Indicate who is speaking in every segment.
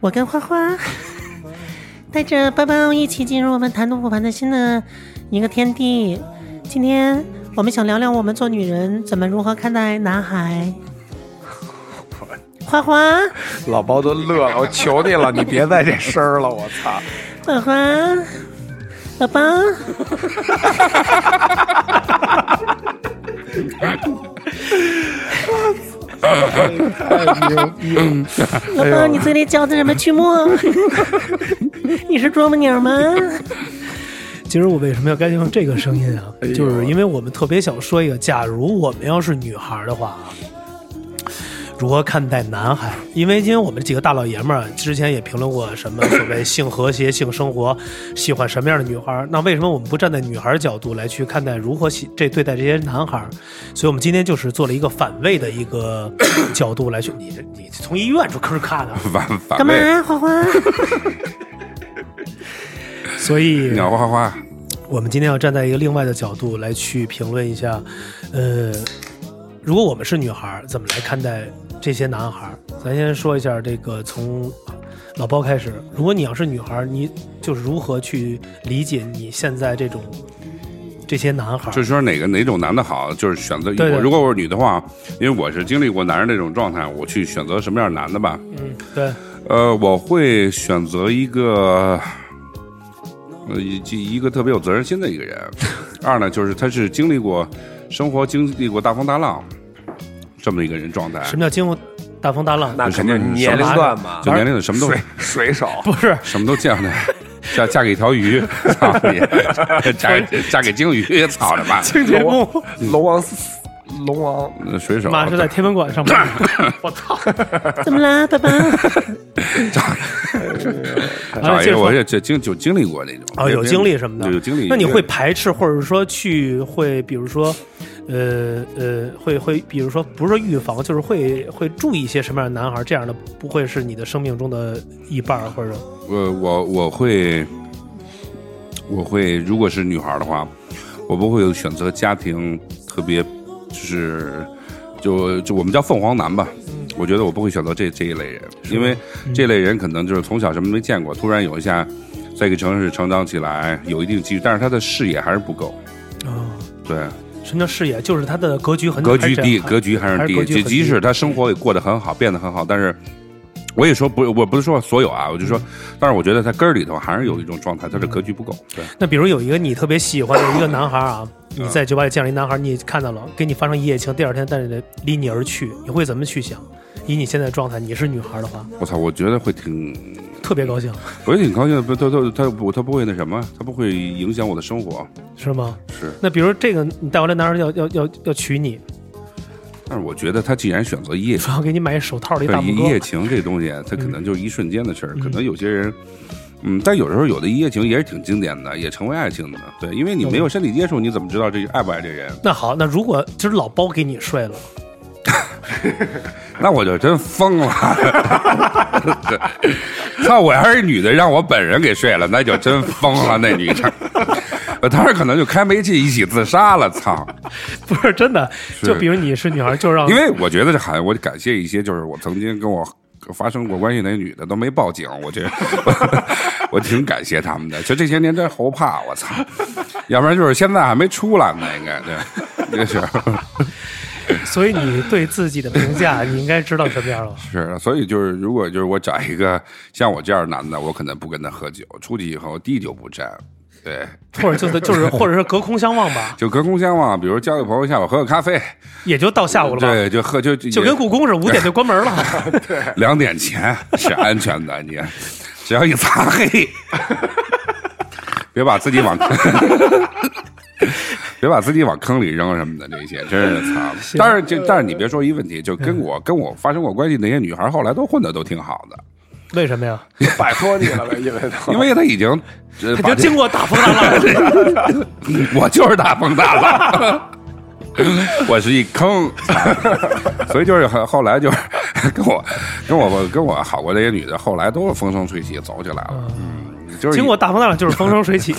Speaker 1: 我跟花花带着包包一起进入我们谈吐不凡的新的一个天地。今天我们想聊聊我们做女人怎么如何看待男孩。花花，
Speaker 2: 老包都乐了，我求你了，你别再这声儿了，我操！
Speaker 1: 花花，宝宝，
Speaker 3: 太牛逼了！
Speaker 1: 宝宝，你嘴里嚼的什么曲末？ 你是啄木鸟吗？
Speaker 3: 其实我为什么要该用这个声音啊？就是因为我们特别想说一个，假如我们要是女孩儿的话啊，如何看待男孩？因为今天我们几个大老爷们儿啊之前也评论过什么所谓性和谐、性生活，喜欢什么样的女孩儿？那为什么我们不站在女孩儿角度来去看待如何喜这对待这些男孩儿？所以我们今天就是做了一个反胃的一个 角度来去，你这你从医院出吭儿咔的，
Speaker 2: 反反
Speaker 1: 干嘛
Speaker 2: 胃，
Speaker 1: 啊，花花？
Speaker 3: 所以
Speaker 2: 鸟花花，
Speaker 3: 我们今天要站在一个另外的角度来去评论一下，呃，如果我们是女孩儿，怎么来看待这些男孩儿？咱先说一下这个从老包开始，如果你要是女孩儿，你就是如何去理解你现在这种这些男孩儿？
Speaker 2: 就是说哪个哪种男的好，就是选择
Speaker 3: 对对
Speaker 2: 我。如果我是女的话，因为我是经历过男人那种状态，我去选择什么样的男的吧。
Speaker 3: 嗯，对，
Speaker 2: 呃，我会选择一个，呃，一一个特别有责任心的一 个人。二呢，就是他是经历过生活，经历过大风大浪，这么一个人状态。
Speaker 3: 什么叫经过大风大浪？
Speaker 4: 那肯定年龄段嘛，
Speaker 2: 就年龄的什么都
Speaker 4: 水水手，
Speaker 3: 不是
Speaker 2: 什么都见 过，嫁嫁给一条鱼，操你！嫁给嫁给鲸鱼，操 他妈！
Speaker 3: 清洁工，
Speaker 4: 龙王龙王
Speaker 2: 那水手啊
Speaker 3: 妈是在天文馆上 班。我 操！
Speaker 1: 怎么啦，宝宝？
Speaker 3: 完了
Speaker 2: 找一
Speaker 3: 接着
Speaker 2: 个，
Speaker 3: 说
Speaker 2: 我也这经就经历过那种
Speaker 3: 啊、有经历什么的，
Speaker 2: 有经历。
Speaker 3: 那你会排斥，或者说去会，比如说，呃呃，会会，比如说，不是说预防，就是会会注意一些什么样的男孩，这样的不会是你的生命中的一半儿，或者
Speaker 2: 我我我会我会，如果是女孩的话，我不会有选择家庭特别就是就就我们叫凤凰男吧。
Speaker 3: 嗯
Speaker 2: 我觉得我不会选择这这一类人，因为这类人可能就是从小什么没见过，突然有一下在一个城市成长起来，有一定机遇，但是他的视野还是不够。
Speaker 3: 啊、
Speaker 2: 对，
Speaker 3: 什么叫视野？就是他的格局很
Speaker 2: 哦 格局低，
Speaker 3: 还是
Speaker 2: 格局还
Speaker 3: 还是
Speaker 2: 是低。
Speaker 3: 格局
Speaker 2: 即
Speaker 3: 很
Speaker 2: 即
Speaker 3: 低
Speaker 2: 使他生活也过得很好，变得很好，但是我也说不，我不是说所有啊，我就
Speaker 3: 嗯
Speaker 2: 说，但是我觉得他根儿里头还是有一种状态，他的格局不够。对，
Speaker 3: 那比如有一个你特别喜欢的一个男孩 啊，
Speaker 2: 嗯
Speaker 3: 你在酒吧里见着一男孩，你看到了，跟你发生一夜情，第二天带着离你而去，你会怎么去想？以你现在的状态，你是女孩的话，
Speaker 2: 我操，我觉得会挺，
Speaker 3: 特别高兴，
Speaker 2: 我也挺高兴的。不，他他他不他不会那什么，他不会影响我的生活。
Speaker 3: 是吗？
Speaker 2: 是，
Speaker 3: 那比如这个，你带回来男孩要要要要娶你，
Speaker 2: 但是我觉得他既然选择一夜情，
Speaker 3: 然后给你买一手套的一大拇
Speaker 2: 一
Speaker 3: 哥嗯
Speaker 2: 夜，情这东西，他可能就是一瞬间的事儿，可能有些人。嗯，但有时候有的一夜情也是挺经典的，也成为爱情的。对，因为你没有身体接触，你怎么知道这爱不爱这人？
Speaker 3: 那好，那如果今儿老包给你睡了，
Speaker 2: 那我就真疯了。 操！我要是女的，让我本人给睡了，那就真疯了。那女的， 我当时可能就开煤气一起自杀了。操！
Speaker 3: 不是真的，就比如你是女孩，就让
Speaker 2: 因为我觉得这好像我得感谢一些，就是我曾经跟我发生过关系那女的都没报警，我觉得 我挺感谢他们的。就这些年真后怕，我操！要不然就是现在还没出来呢，应该对，也是。
Speaker 3: 所以你对自己的评 价，你应该知道什么样了吧。
Speaker 2: 是，所以就是，如果就是我找一个像我这样的男的，我可能不跟他喝酒，出去以后滴酒不沾，对，
Speaker 3: 或者就是就是， 或者是隔空相望吧，
Speaker 2: 就隔空相望，比如交个朋友，下午喝个咖啡，
Speaker 3: 也就到下午了吧，
Speaker 2: 对，就喝就
Speaker 3: 就
Speaker 2: 就
Speaker 3: 跟故宫似的，五点就关门了。
Speaker 2: 两点前是安全的，你只要一擦黑，别把自己往别把自己往坑里扔什么的，这些真是操！但是就但是你别说一问题，就跟我跟我发生过关系那些女孩，后来都混的都挺好的，
Speaker 3: 为什么呀？
Speaker 4: 摆脱你了呗，因为他
Speaker 2: 因为她已经呃
Speaker 3: 他
Speaker 2: 把
Speaker 3: 就
Speaker 2: 这
Speaker 3: 经过大风大 浪了，
Speaker 2: 我就是大风大浪， 我是一 坑，所以就是后后来就是 跟我跟我跟我好过这些女的，后来都是风生水起走起来了，嗯，就是
Speaker 3: 经过大风大浪就是风生水 起。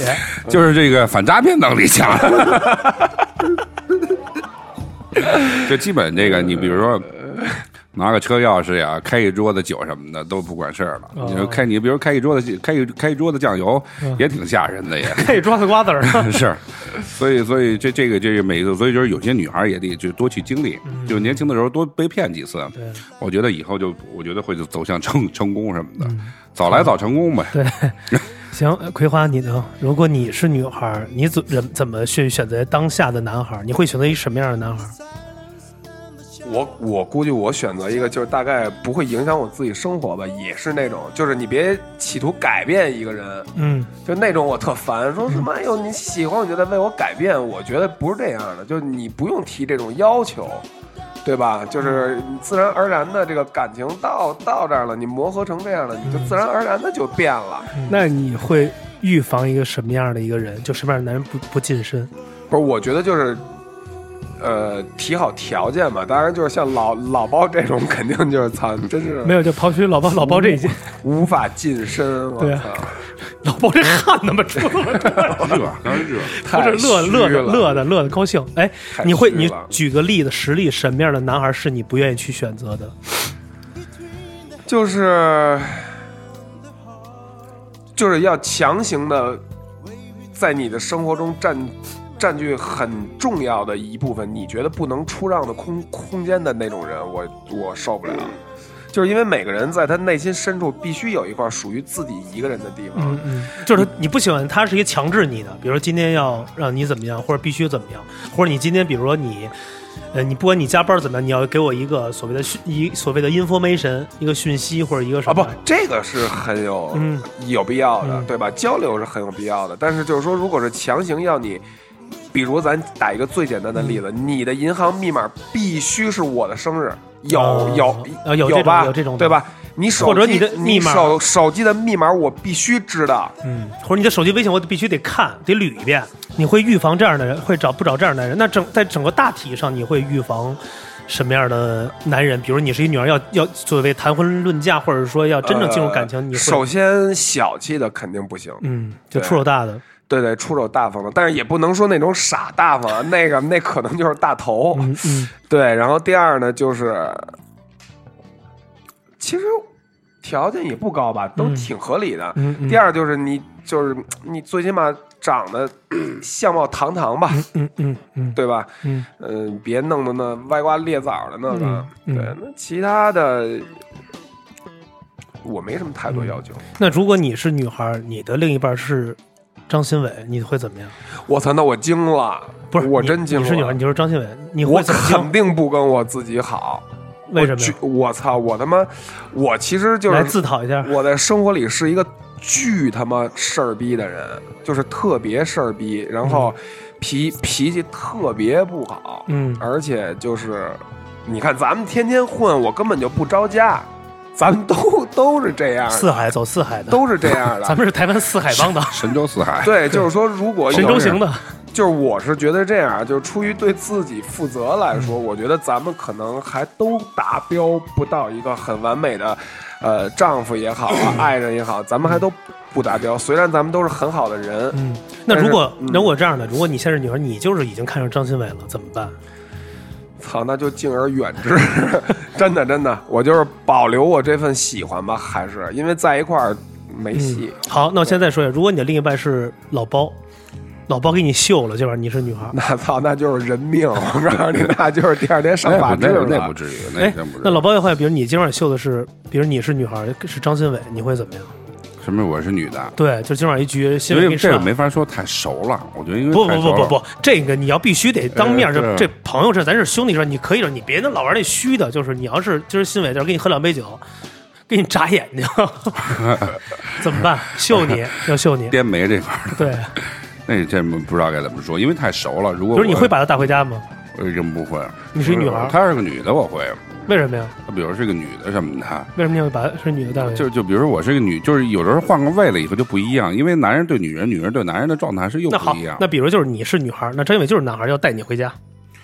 Speaker 2: 就是这个反诈骗能力 强，就基本这个你比如说。拿个车钥匙呀，开一桌子酒什么的都不管事儿了。
Speaker 3: 哦
Speaker 2: 你说开你比如开一桌子开一开一桌子酱油，也挺吓人的也。
Speaker 3: 可以抓子瓜子儿。
Speaker 2: 是，所以所以这这个这个每一个，所以就是有些女孩儿也得就多去经历，就年轻的时候多被骗几次。
Speaker 3: 嗯对
Speaker 2: 我觉得以后就我觉得会走向成成功什么的，早来早成功呗。
Speaker 3: 嗯对，行，呃葵花你呢？如果你是女孩儿，你怎怎怎么去选择当下的男孩儿？你会选择一什么样的男孩儿？
Speaker 4: 我我估计我选择一个就是大概不会影响我自己生活吧，也是那种就是你别企图改变一个人，
Speaker 3: 嗯，
Speaker 4: 就那种我特烦， 说什么哎呦你喜欢我就得为我改变，我觉得不是这样的，就是你不用提这种要求，对吧？就是
Speaker 3: 嗯
Speaker 4: 你自然而然的这个感情到到这儿了，你磨合成这样了，你就
Speaker 3: 嗯
Speaker 4: 自然而然的就变了。
Speaker 3: 那你会预防一个什么样的一个人？就什么样的男人不不近身？
Speaker 4: 不是，我觉得就是，呃，提好条件嘛。当然，就是像老老包这种，肯定就是操，真是
Speaker 3: 没有，就刨去老包老包这一些，
Speaker 4: 无法近身。我
Speaker 3: 对啊
Speaker 4: 操，
Speaker 3: 老包这汗他妈出了，
Speaker 2: 热，当然热。
Speaker 3: 不
Speaker 4: 太
Speaker 3: 是乐
Speaker 4: 虚
Speaker 3: 乐的
Speaker 4: 了
Speaker 3: 乐的乐的高兴。哎，
Speaker 4: 太
Speaker 3: 你会
Speaker 4: 虚
Speaker 3: 你
Speaker 4: 了
Speaker 3: 举个例子，实例什么样的男孩儿是你不愿意去选择的？
Speaker 4: 就是就是要强行的在你的生活中占占据很重要的一部分，你觉得不能出让的空空间的那种人，我我受不了。就是因为每个人在他内心深处必须有一块属于自己一个人的地方，
Speaker 3: 嗯嗯，就是你不喜欢他是一个强制你的，比如说今天要让你怎么样，或者必须怎么样，或者你今天比如说你，呃，你不管你加班怎么样，你要给我一个所谓的讯一所谓的 information 一个讯息或者一个什
Speaker 4: 啊，
Speaker 3: 么
Speaker 4: 不，这个是很有、
Speaker 3: 嗯
Speaker 4: 有必要的，
Speaker 3: 嗯
Speaker 4: 对吧？交流是很有必要的，但是就是说，如果是强行要你，比如咱打一个最简单的例子，你的银行密码必须是我的生日，有、
Speaker 3: 嗯啊
Speaker 4: 有
Speaker 3: 啊有这种
Speaker 4: 吧？
Speaker 3: 有这种的
Speaker 4: 对吧？你手机
Speaker 3: 或者你的密码
Speaker 4: 手手机的密码我必须知道，
Speaker 3: 嗯，或者你的手机微信我必须得看得捋一遍，你会预防这样的人，会找不找这样的人？那整在整个大体上，你会预防什么样的男人？比如你是一女儿，要要所谓谈婚论嫁，或者说要真正进入感情，
Speaker 4: 呃
Speaker 3: 你
Speaker 4: 首
Speaker 3: 会
Speaker 4: 先小气的肯定不行，
Speaker 3: 嗯，就出手 大的，
Speaker 4: 对对，出手大方的，但是也不能说那种傻大方啊，那个那可能就是大头，
Speaker 3: 嗯嗯
Speaker 4: 对，然后第二呢，就是其实条件也不高吧，都
Speaker 3: 嗯
Speaker 4: 挺合理的。
Speaker 3: 嗯嗯，
Speaker 4: 第二就是你就是你最起码长 得相貌堂堂吧，
Speaker 3: 嗯嗯嗯
Speaker 4: 对吧？
Speaker 3: 嗯
Speaker 4: 嗯、别弄得那歪瓜裂枣的那个。
Speaker 3: 嗯嗯
Speaker 4: 对，那其他的我没什么太多要求。
Speaker 3: 那如果你是女孩儿，你的另一半是张新伟，你会怎么样？
Speaker 4: 我操，那我惊了，
Speaker 3: 不是
Speaker 4: 我
Speaker 3: 你
Speaker 4: 真惊了。
Speaker 3: 你是女孩儿，你就是张新伟，你
Speaker 4: 我
Speaker 3: 会怎么
Speaker 4: 肯
Speaker 3: 样？
Speaker 4: 定不跟我自己好。
Speaker 3: 为什么
Speaker 4: 我
Speaker 3: 呀
Speaker 4: 去？我操！我他妈，我其实就是
Speaker 3: 来自讨一下。
Speaker 4: 我在生活里是一个巨他妈事儿逼的人，就是特别事儿逼，然后脾、脾气特别不好，
Speaker 3: 嗯
Speaker 4: 而且就是你看咱们天天混，我根本就不着家，咱们都都是这样的，
Speaker 3: 四海走四海的，
Speaker 4: 都是这样
Speaker 3: 啊咱
Speaker 4: 的。
Speaker 3: 们是台湾四海帮的，
Speaker 2: 神州四海，
Speaker 4: 对，就是说，如果
Speaker 3: 神州行
Speaker 4: 的，
Speaker 3: 的。
Speaker 4: 就是我是觉得这样，就是出于对自己负责来说，
Speaker 2: 嗯
Speaker 4: 我觉得咱们可能还都达标不到一个很完美的，呃，丈夫也好 啊，爱人也好，咱们还都
Speaker 2: 嗯
Speaker 4: 不达标。虽然咱们都是很好的人，
Speaker 3: 嗯，那如果
Speaker 4: 但是嗯
Speaker 3: 如果这样的，如果你现在是女孩，你就是已经看上张新伟了，怎么办？
Speaker 4: 操，那就敬而远之。 真的，真的，我就是保留我这份喜欢吧，还是因为在一块儿没戏。
Speaker 2: 嗯
Speaker 3: 好，那我现在说一下，如果你的另一半是老包，老包给你秀了，这玩意儿你是女孩。
Speaker 4: 那操，那就是人命！我告诉你，那就是第二天上法
Speaker 2: 哎那
Speaker 4: 制
Speaker 2: 不那
Speaker 4: 了
Speaker 2: 不。至于，那
Speaker 3: 哎
Speaker 2: 真不，至
Speaker 3: 那
Speaker 2: 于。
Speaker 3: 老包要换，比如你今晚秀的是，比如你是女孩，是张新伟，你会怎么样？
Speaker 2: 什么？我是女的，
Speaker 3: 对，就今晚一局，新
Speaker 2: 因
Speaker 3: 伟给
Speaker 2: 为
Speaker 3: 你
Speaker 2: 这个
Speaker 3: 上
Speaker 2: 没法说太熟了，我觉得因为
Speaker 3: 不
Speaker 2: 太
Speaker 3: 不
Speaker 2: 熟
Speaker 3: 不不
Speaker 2: 了
Speaker 3: 不，这个你要必须得当面，
Speaker 2: 哎
Speaker 3: 这
Speaker 2: 对
Speaker 3: 这朋友这咱是兄弟这，你可以说你别那老玩那虚的，就是你要是今儿新伟这儿给你喝两杯酒，给你眨眼睛， 怎么办？秀 你要秀你，
Speaker 2: 滇梅这块儿，
Speaker 3: 对，
Speaker 2: 那这不知道该怎么说，因为太熟了。如果
Speaker 3: 不是你
Speaker 2: 我
Speaker 3: 会把他带回家吗？
Speaker 2: 我真不会。
Speaker 3: 你是一女孩儿
Speaker 2: 她是个女的，我会。
Speaker 3: 为什么呀？
Speaker 2: 她比如是个女的什么的，
Speaker 3: 为什么你会把是女的带回家？
Speaker 2: 就就比如说我是个女，就是有时候换个位了以后就不一样，因为男人对女人，女人对男人的状态是又
Speaker 3: 那好
Speaker 2: 不一样，
Speaker 3: 那。比如就是你是女孩，那张伟就是男孩，要带你回家，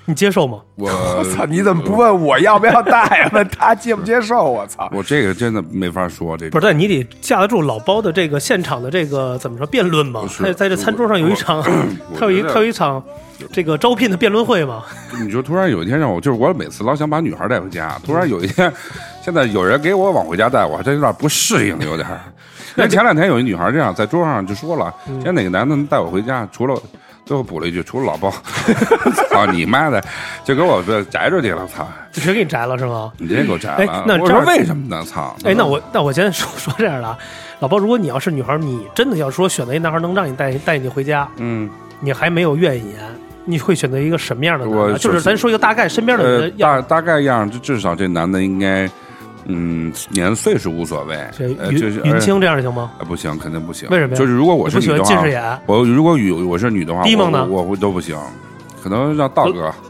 Speaker 3: 你接受吗？
Speaker 2: 我
Speaker 4: 我操！你怎么不问我要不要带？问他接不接受？我操！
Speaker 2: 我这个真的没法说，这个
Speaker 3: 不是，但你得架得住老包的这个现场的这个怎么说辩论嘛？
Speaker 2: 是
Speaker 3: 在在这餐桌上有一场，
Speaker 2: 我
Speaker 3: 他有一
Speaker 2: 我觉得
Speaker 3: 他有一场这个招聘的辩论会嘛？
Speaker 2: 你说突然有一天让我，就是我每次老想把女孩带回家，突然有一天，现在有人给我往回家带，我还真有点不适应，有 点儿。因为前两天有一女孩这样在桌上就说了，
Speaker 4: 嗯
Speaker 2: 今天哪个男的能带我回家？除了最后补了一句，除了老包， 操你妈的，就给我这摘出去了，操！
Speaker 3: 就直接给你摘了是吗？
Speaker 2: 你这给我摘了，
Speaker 3: 哎那
Speaker 2: 我
Speaker 3: 这
Speaker 2: 说
Speaker 3: 儿
Speaker 2: 为什么呢？操！
Speaker 3: 哎，那我那我先说说这样的啊，老包，如果你要是女孩，你真的要说选择一男孩能让你带带你回家，
Speaker 2: 嗯，
Speaker 3: 你还没有怨言，你会选择一个什么样的男
Speaker 2: 我
Speaker 3: 的？就是咱说一个大概身边的
Speaker 2: 呃，
Speaker 3: 人要
Speaker 2: 大大概样，就至少这男的应该，嗯，年岁是无所谓
Speaker 3: 这，
Speaker 2: 呃，就是
Speaker 3: 云云清这样行吗？
Speaker 2: 呃不行，肯定不行。
Speaker 3: 为什么呀
Speaker 2: 就是如果我
Speaker 3: 你
Speaker 2: 是
Speaker 3: 不
Speaker 2: 女
Speaker 3: 喜欢
Speaker 2: 的
Speaker 3: 近
Speaker 2: 话
Speaker 3: 视，眼？
Speaker 2: 我如果有我是女的话，
Speaker 3: 低
Speaker 2: 我
Speaker 3: 蒙呢呃
Speaker 2: 我会都不行，可能让道哥。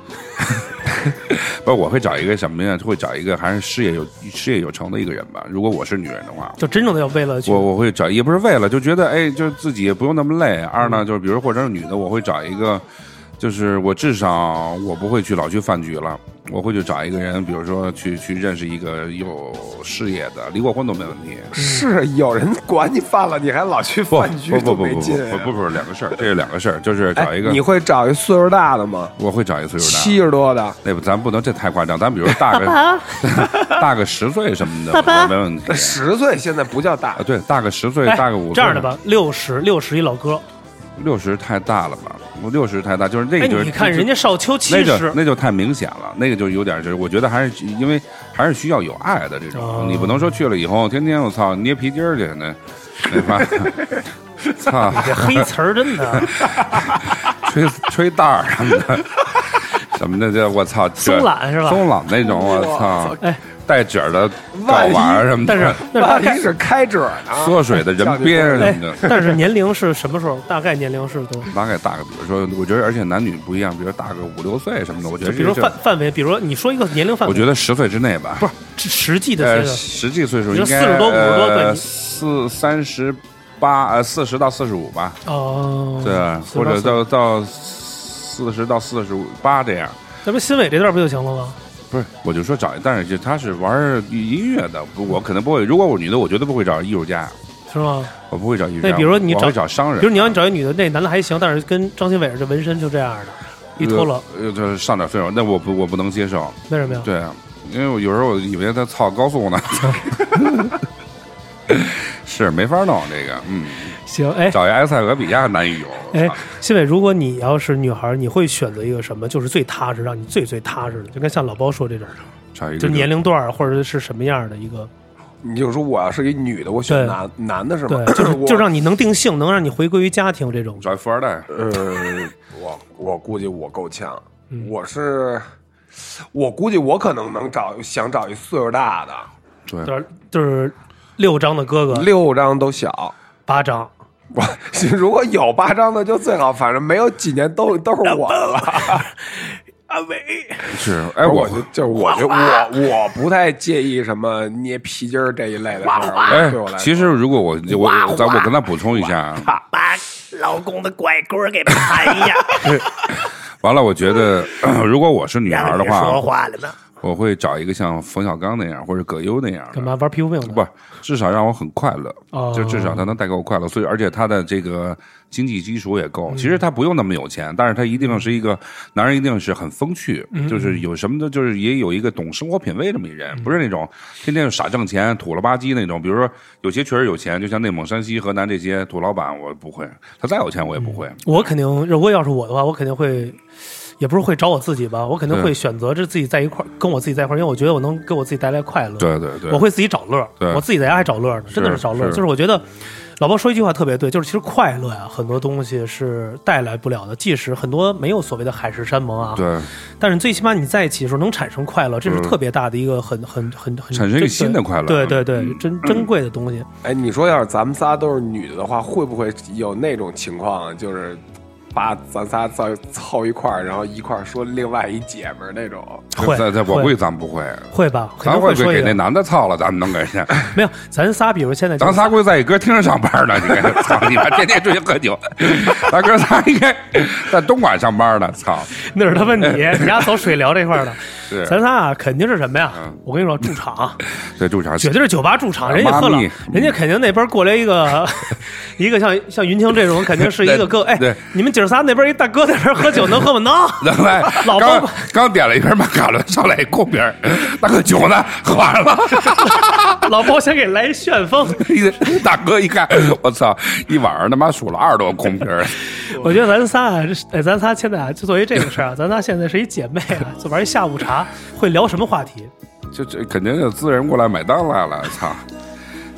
Speaker 2: 不，我会找一个什么呀？会找一个还是事业有事业有成的一个人吧。如果我是女人的话，
Speaker 3: 就真正的要为了去
Speaker 2: 我我会找，也不是为了，就觉得哎，就是自己也不用那么累。二呢，就是比如或者是女的，我会找一个，就是我至少我不会去老去饭局了，我会去找一个人，比如说去去认识一个有事业的，离过婚都没问题。
Speaker 4: 是有人管你饭了，你还老去
Speaker 2: 不
Speaker 4: 饭局
Speaker 2: 不
Speaker 4: 多
Speaker 2: 不不
Speaker 4: 没
Speaker 2: 不
Speaker 4: 劲啊。
Speaker 2: 不不不是两个事儿，这是两个事儿，就是找一个
Speaker 4: 哎你会找一岁数大的吗？
Speaker 2: 我会找一个岁数大
Speaker 4: 七
Speaker 2: 的。
Speaker 4: 十多的，
Speaker 2: 那不，咱不能这太夸张，咱比如大个
Speaker 1: 啊，
Speaker 2: 大个十岁什么的，
Speaker 1: 爸爸
Speaker 2: 我没问题。
Speaker 4: 十岁现在不叫大
Speaker 2: 啊，，对，大个十岁，
Speaker 3: 哎
Speaker 2: 大个五岁。
Speaker 3: 这样的吧，六十六十一老哥，
Speaker 2: 六十太大了吧？六十太大，就是那
Speaker 3: 哎，
Speaker 2: 个就是、
Speaker 3: 你看人家少秋七
Speaker 2: 那就
Speaker 3: 十，
Speaker 2: 那就太明显了，那个就有点就是，我觉得还是因为还是需要有爱的这种，
Speaker 3: 哦
Speaker 2: 你不能说去了以后天天我操捏皮筋儿去那， 那妈，操
Speaker 3: 这黑词儿真的啊
Speaker 2: 吹吹带儿什么的，什么的这我操这
Speaker 3: 松懒是吧
Speaker 2: 松懒那种我操，
Speaker 3: 哎，
Speaker 2: 带褶儿的
Speaker 4: 万
Speaker 2: 睾
Speaker 4: 一
Speaker 2: 丸儿什么的，
Speaker 3: 但 是啊哎但是大
Speaker 4: 万
Speaker 3: 概
Speaker 4: 一是开褶呢？
Speaker 2: 缩水的人鞭什么的。
Speaker 3: 但是年龄是什么时候？大概年龄是多？
Speaker 2: 大概大个，比如说，我觉得，而且男女不一样，比如大个五六岁什么的，我觉得
Speaker 3: 比如
Speaker 2: 这
Speaker 3: 说范范围，比如说你说一个年龄范
Speaker 2: 我
Speaker 3: 围，
Speaker 2: 觉得十岁之内吧，不是
Speaker 3: 这实际的
Speaker 2: 呃，
Speaker 3: 这个
Speaker 2: 实际岁数
Speaker 3: 你
Speaker 2: 应
Speaker 3: 说
Speaker 2: 该
Speaker 3: 40多50多对
Speaker 2: 呃
Speaker 3: 你
Speaker 2: 四三十八呃四十到四十五吧，
Speaker 3: 哦，
Speaker 2: 对，
Speaker 3: 48
Speaker 2: 或者到到四十到四十五八这样。
Speaker 3: 咱们新伟这段不就行了吗？
Speaker 2: 不是，我就说找，但是就他是玩音乐的，不我可能不会。如果我女的，我绝对不会找艺术家，
Speaker 3: 是吗？
Speaker 2: 我不会找艺术家。
Speaker 3: 那比如说你
Speaker 2: 我
Speaker 3: 找
Speaker 2: 会找商人，
Speaker 3: 比如你要你找一女的，那男的还行，但是跟张新伟这纹身就这样的，一脱了，嗯
Speaker 2: 呃，呃就是上点岁数，那我不我不能接受。
Speaker 3: 为什么呀？
Speaker 2: 对啊，因为我有时候我以为他操高速呢， 是没法弄这个。嗯，
Speaker 3: 行，哎
Speaker 2: 找一埃塞俄比亚男友，
Speaker 3: 哎
Speaker 2: 操，
Speaker 3: 新伟，如果你要是女孩，你会选择一个什么？就是最踏实，让你最最踏实的，就跟像老包说这种，
Speaker 2: 找一个
Speaker 3: 就
Speaker 2: 这
Speaker 3: 年龄段儿或者是什么样的一个，
Speaker 4: 你就说我要是一女的，我选
Speaker 3: 对
Speaker 4: 男男的是吗
Speaker 3: 对，？就是
Speaker 4: 我
Speaker 3: 就让你能定性，能让你回归于家庭这种。
Speaker 2: 找一富二
Speaker 3: 啊
Speaker 2: 代，
Speaker 4: 呃，我我估计我够呛，
Speaker 3: 嗯
Speaker 4: 我是我估计我可能能找想找一岁数大的，
Speaker 2: 对，
Speaker 3: 就是就是六张的哥哥，
Speaker 4: 六张都小。
Speaker 3: 八张，
Speaker 4: 我 如果有八张的就最好，反正没有几年都都是我的了。
Speaker 3: 阿伟，
Speaker 2: 是。哎，
Speaker 4: 我
Speaker 2: 我
Speaker 4: 就就是我就我我不太介意什么捏皮筋儿这一类的事儿，
Speaker 2: 哎
Speaker 4: 对我来，说
Speaker 2: 其实如果我我咱我跟他补充一下，啊
Speaker 3: 把老公的拐棍给盘一下，
Speaker 2: 完了，我 觉得如果我是女孩的话，
Speaker 3: 话了呢？
Speaker 2: 我会找一个像冯小刚那样或者葛优那样的
Speaker 3: 干嘛玩皮肤病呢？
Speaker 2: 不，至少让我很快乐，
Speaker 3: 哦
Speaker 2: 就至少他能带给我快乐，所以而且他的这个经济基础也
Speaker 3: 嗯
Speaker 2: 够。其实他不用那么有钱，但是他一定是一个男人，一定是很风趣，
Speaker 3: 嗯
Speaker 2: 就是有什么的，就是也有一个懂生活品味这么一人，不是那种天天就傻挣钱、土了吧唧那种。比如说有些确实有钱，就像内蒙、山西、河南这些土老板，我不会，他再有钱我也不会。
Speaker 3: 我肯定，如果要是我的话，我肯定会，也不是会找我自己吧，我肯定
Speaker 2: 对
Speaker 3: 会选择这自己在一块儿，跟我自己在一块儿，因为我觉得我能给我自己带来快乐。
Speaker 2: 对对对，
Speaker 3: 我会自己找乐儿
Speaker 2: 对，
Speaker 3: 我自己在家还找乐儿呢，真的
Speaker 2: 是
Speaker 3: 是找乐儿。就
Speaker 2: 是
Speaker 3: 是我觉得老包说一句话特别对，就是其实快乐呀、很多东西是带来不了的，即使很多没有所谓的海誓山盟啊，
Speaker 2: 对嗯
Speaker 3: 但是最起码你在一起的时候能产生快乐，这是特别大的一个很很很很
Speaker 2: 产生一个新的快乐嗯
Speaker 3: 对对对，珍珍贵的东西。
Speaker 4: 哎，你说要是咱们仨都是女的的话，会不会有那种情况啊，就是把咱仨再凑一块儿，然后一块儿说另外一姐们儿那种。
Speaker 3: 会
Speaker 2: 在在我
Speaker 3: 会
Speaker 2: 会咱不会，
Speaker 3: 会吧？肯
Speaker 2: 咱
Speaker 3: 定
Speaker 2: 会不
Speaker 3: 说
Speaker 2: 会
Speaker 3: 一
Speaker 2: 给那
Speaker 3: 个。
Speaker 2: 男的操了，咱们能给人家。
Speaker 3: 没有，咱仨，比如现在就
Speaker 2: 咱仨估计在一歌厅上班呢，你看，操你妈，天天出去喝酒。咱哥仨应该在东莞上班呢，操！
Speaker 3: 那是他 妈你，你丫走水疗这块儿的，
Speaker 2: 是嗯
Speaker 3: 咱仨啊，肯定是什么呀？我跟你说，驻场
Speaker 2: 这驻场
Speaker 3: 绝对是酒吧驻场，人家喝了
Speaker 2: 妈咪，
Speaker 3: 人家肯定那边过来一 个一个像像云清这种，肯定是一个哥，哎
Speaker 2: 对，
Speaker 3: 你们姐儿仨那边一大哥在那儿喝酒，能 喝吗？能。
Speaker 2: 能来，
Speaker 3: 老
Speaker 2: 刚
Speaker 3: 包
Speaker 2: 刚点了一瓶马卡伦，上来一空瓶儿，大哥酒呢？喝完了。
Speaker 3: 老包先给来一旋风，
Speaker 2: 大哥一看，我操，一晚上他妈数了二十多空瓶儿。
Speaker 3: 我觉得咱仨啊，这是哎，咱仨现在啊，就作为这个事儿啊，咱仨现在是一姐妹啊，就玩一下午茶，会聊什么话题？
Speaker 2: 就这肯定有私人过来买单来了，操！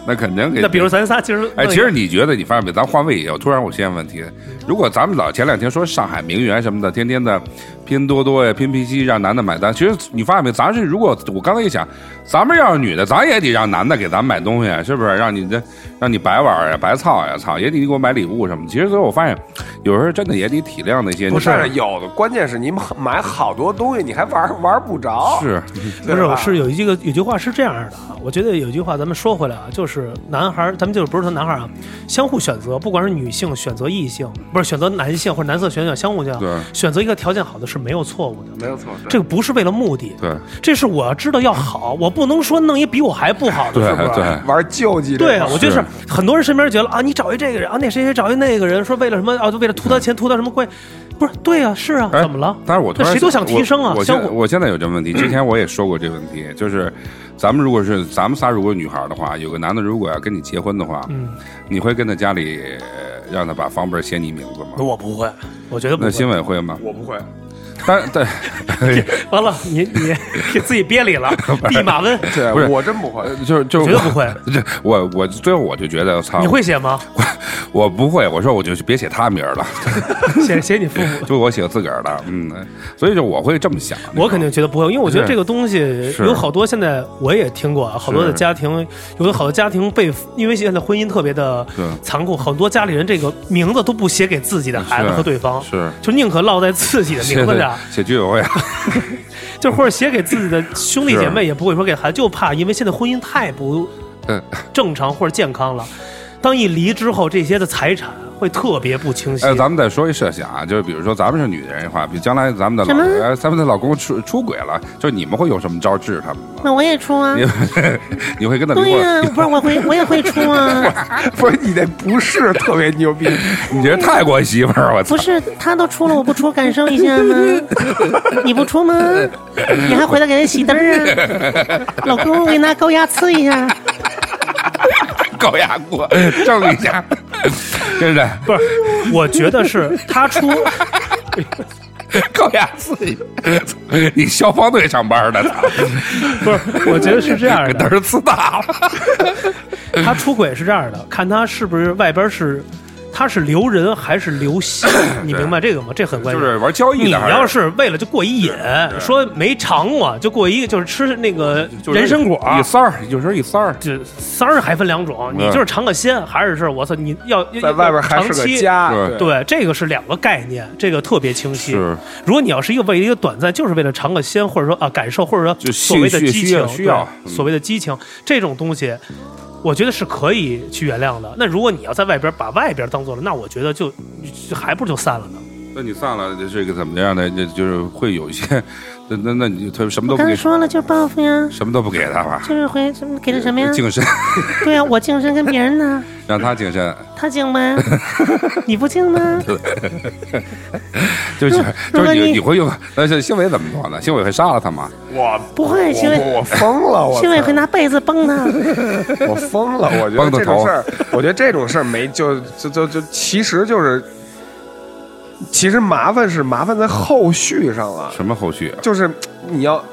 Speaker 2: 那肯定给。
Speaker 3: 那比如咱仨今儿，
Speaker 2: 哎，其实你觉得你发现没？咱换位也有。突然我现在问题，如果咱们老前两天说上海名媛啊什么的，天天的拼多多呀、拼夕夕让男的买单，其实你发现没？咱是如果我刚才一想，咱们要是女的，咱也得让男的给咱买东西，啊是不是？让你这让你白玩呀、白操呀，操也得你给我买礼物什么。其实所以我发现，有时候真的也得体谅那些女
Speaker 4: 不
Speaker 2: 生
Speaker 4: 是有的，关键是你买买好多东西，你还玩玩不着。
Speaker 2: 是
Speaker 4: 对
Speaker 3: 不是，
Speaker 4: 吧
Speaker 3: 我是有一个有句话是这样的啊，我觉得有句话咱们说回来啊，就是男孩儿，咱们就是不是说男孩儿啊，相互选择，不管是女性选择异性，不是选择男性或者男色选择相互性
Speaker 2: 对，
Speaker 3: 选择一个条件好的是没有错误的。
Speaker 4: 没有错，对
Speaker 3: 这个不是为了目的，
Speaker 2: 对
Speaker 3: 这是我知道要好，我不能说弄一比我还不好的，
Speaker 2: 对
Speaker 3: 是不是？
Speaker 2: 对
Speaker 4: 玩救济这
Speaker 3: 对
Speaker 4: 块
Speaker 3: 啊，
Speaker 4: 儿。
Speaker 3: 我觉得是很多人身边觉得啊，你找一这个人啊，那谁谁找一那个人，说为了什么啊，就为了图他钱，图他什么贵？不是，对啊，是啊，
Speaker 2: 哎
Speaker 3: 怎么了？
Speaker 2: 但是我突然
Speaker 3: 那谁都想提升啊
Speaker 2: 我我
Speaker 3: 相
Speaker 2: 现
Speaker 3: 互
Speaker 2: 我现在有这个问题，之前我也说过这个问题，就是咱们如果是咱们仨如果女孩的话，有个男的如果要跟你结婚的话，
Speaker 3: 嗯，
Speaker 2: 你会跟他家里呃让他把房本写你名字吗？
Speaker 3: 我不会，我觉得不
Speaker 2: 那新
Speaker 3: 会。
Speaker 2: 委会吗？
Speaker 4: 我不会，
Speaker 2: 但但
Speaker 3: 完了，你 你给自己憋里了，弼马温，
Speaker 2: 不是
Speaker 4: 对我真不会。
Speaker 2: 就是就是
Speaker 3: 绝对不会。
Speaker 2: 这我我最后我就觉得，操，
Speaker 3: 你会写 吗？
Speaker 2: 我不会，我说我就别写他 名儿了，
Speaker 3: 写写你父母。
Speaker 2: 就我写自个儿的，嗯，所以就我会这么想，
Speaker 3: 我肯定觉得不会，因为我觉得
Speaker 2: 是
Speaker 3: 这个东西
Speaker 2: 是
Speaker 3: 有好多现在我也听过啊，好多的
Speaker 2: 是
Speaker 3: 家庭，有的好多家庭被因为现在婚姻特别的
Speaker 2: 对
Speaker 3: 残酷，很多家里人这个名字都不写给自己的孩子
Speaker 2: 是
Speaker 3: 和对方，
Speaker 2: 是
Speaker 3: 就宁可落在自己的
Speaker 2: 写
Speaker 3: 名字上，
Speaker 2: 写居委会，啊
Speaker 3: 就或者写给自己的兄弟
Speaker 2: 是
Speaker 3: 姐妹也不会说给孩子，就怕因为现在婚姻太不
Speaker 2: 嗯
Speaker 3: 正常或者健康了，当一离之后，这些的财产会特别不清晰。
Speaker 2: 哎，咱们再说一设想啊，就是比如说咱们是女人的话，比将来咱们的
Speaker 1: 什
Speaker 2: 老
Speaker 1: 么
Speaker 2: 哎咱们的老公出出轨了，就你们会有什么招治他们吗？
Speaker 1: 那我也出啊
Speaker 2: 你， 你会跟他离
Speaker 1: 对呀、
Speaker 2: 婚？
Speaker 1: 不是我会，我也会出 啊，
Speaker 4: 不是你那不是特别牛逼，
Speaker 2: 你这泰国媳妇儿，我操
Speaker 1: 不！是他都出了，我不出，感受一下 吗？你不出吗？你还回来给人洗灯儿 啊？老公，我给你拿高压刺一下，
Speaker 2: 高压锅正一下，真的
Speaker 3: 不是，我觉得是他出，
Speaker 2: 高压刺激。你消防队上班的，操
Speaker 3: 不是，我觉得是这样
Speaker 2: 给
Speaker 3: 的
Speaker 2: 嘚，儿刺大了。
Speaker 3: 他出轨是这样的，看他是不是外边是他是留人还是留心，你明白这个吗？这很关
Speaker 2: 就
Speaker 3: 键。
Speaker 2: 是玩交易
Speaker 3: 你
Speaker 2: 的，还
Speaker 3: 要是为了就过一瘾，说没尝过就过一个，就是吃那个
Speaker 2: 就是
Speaker 3: 人参果，
Speaker 4: 啊
Speaker 2: 一三儿，有时候一三儿，
Speaker 3: 这三儿还分两种，你
Speaker 2: 嗯
Speaker 3: 就是尝个鲜，还是是我操，你要要
Speaker 4: 在外边还是
Speaker 3: 长期
Speaker 4: 个家。
Speaker 2: 对
Speaker 3: 对，这个是两个概念，这个特别清晰。
Speaker 2: 是
Speaker 3: 如果你要是一个为了一个短暂，就是为了尝个鲜，或者说啊感受，或者说
Speaker 2: 就
Speaker 3: 所谓的
Speaker 2: 兴趣
Speaker 3: 激
Speaker 2: 需要
Speaker 3: 情，
Speaker 2: 需要
Speaker 3: 对
Speaker 2: 嗯
Speaker 3: 所谓的激情这种东西，我觉得是可以去原谅的。那如果你要在外边把外边当做了，那我觉得就就还不如就散了呢。
Speaker 2: 那你散了，这个怎么样呢？这就是会有一些，那那那你他什么都不
Speaker 1: 刚才
Speaker 2: 给，
Speaker 1: 说了就是报复呀，
Speaker 2: 什么都不给他吧？
Speaker 1: 就是回什么给的什么呀？
Speaker 2: 净身，
Speaker 1: 对啊，我净身跟别人 呢，
Speaker 2: 让他净身，
Speaker 1: 他净吗？你不净吗？
Speaker 2: 就是
Speaker 3: 嗯
Speaker 1: 如
Speaker 2: 就
Speaker 1: 如果
Speaker 2: 是你
Speaker 1: 你
Speaker 2: 你会用，那是新伟怎么做呢？新伟会杀了他吗？
Speaker 4: 我
Speaker 1: 不会
Speaker 4: 我
Speaker 1: 新伟
Speaker 4: 我我疯了，我
Speaker 1: 新伟会拿被子崩 他，
Speaker 4: 操我疯了，我觉
Speaker 2: 崩
Speaker 4: 得
Speaker 2: 的
Speaker 4: 这种
Speaker 2: 头
Speaker 4: 事儿，我觉得这种事儿没就就就就其实就是，其实麻烦是麻烦在后续上了，
Speaker 2: 什么后续啊？
Speaker 4: 就是你要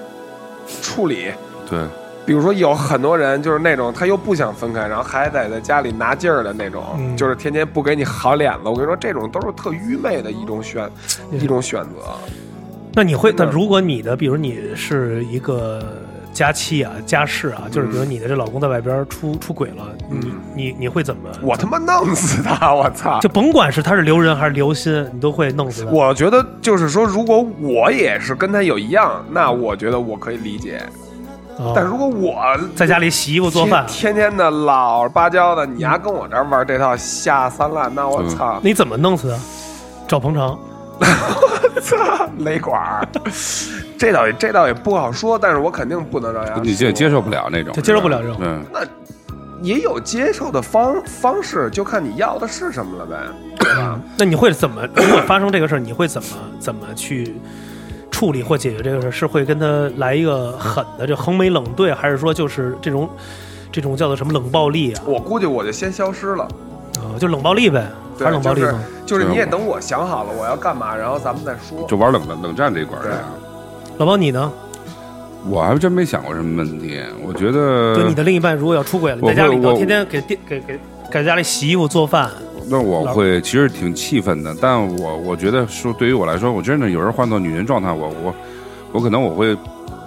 Speaker 4: 处理，
Speaker 2: 对，
Speaker 4: 比如说有很多人就是那种他又不想分开，然后还得在家里拿劲儿的那种，
Speaker 3: 嗯
Speaker 4: 就是天天不给你好脸子。我跟你说，这种都是特愚昧的一种选一种选择。
Speaker 3: 那你会，
Speaker 4: 真的
Speaker 3: 但如果你的，比如你是一个家妻啊、家事啊，
Speaker 4: 嗯
Speaker 3: 就是比如你的这老公在外边出出轨了，你你你会怎么？
Speaker 4: 我他妈弄死他！我操！
Speaker 3: 就甭管是他是留人还是留心，你都会弄死他。
Speaker 4: 我觉得就是说，如果我也是跟他有一样，那我觉得我可以理解。
Speaker 3: 哦
Speaker 4: 但如果我
Speaker 3: 在家里洗衣服做饭，
Speaker 4: 天天天的老实巴交的，你丫跟我这儿玩这套下三滥，那我
Speaker 2: 嗯
Speaker 4: 操，
Speaker 3: 你怎么弄死的？找捧场。
Speaker 4: 操雷管儿，这倒也这倒也不好说，但是我肯定不能让丫
Speaker 2: 你这
Speaker 4: 受
Speaker 2: 接受不了那种，
Speaker 3: 就接受不了这种
Speaker 2: 嗯，
Speaker 4: 也有接受的方方式，就看你要的是什么了呗。
Speaker 3: 那你会怎么？如果发生这个事儿，你会怎么怎么去处理或解决这个事儿？是会跟他来一个狠的这横眉冷对，还是说就是这种这种叫做什么冷暴力啊？
Speaker 4: 我估计我就先消失了，
Speaker 3: 啊，就冷暴力呗，
Speaker 4: 对
Speaker 3: 还是冷暴力吗？
Speaker 4: 就是啊你也
Speaker 2: 对
Speaker 4: 等我想好了我要干嘛，然后咱们再说。
Speaker 2: 就玩冷冷冷战这一块儿
Speaker 4: 对
Speaker 2: 呀。
Speaker 3: 老包，你呢？
Speaker 2: 我还真没想过什么问题，我觉得
Speaker 3: 对你的另一半如果要出轨了，
Speaker 2: 呃我
Speaker 3: 在家里
Speaker 2: 会
Speaker 3: 头
Speaker 2: 我
Speaker 3: 天天给给给给给家里洗衣服做饭，
Speaker 2: 那我会其实挺气愤的，但我我觉得说对于我来说，我真的有人换做女人状态，我我我可能我会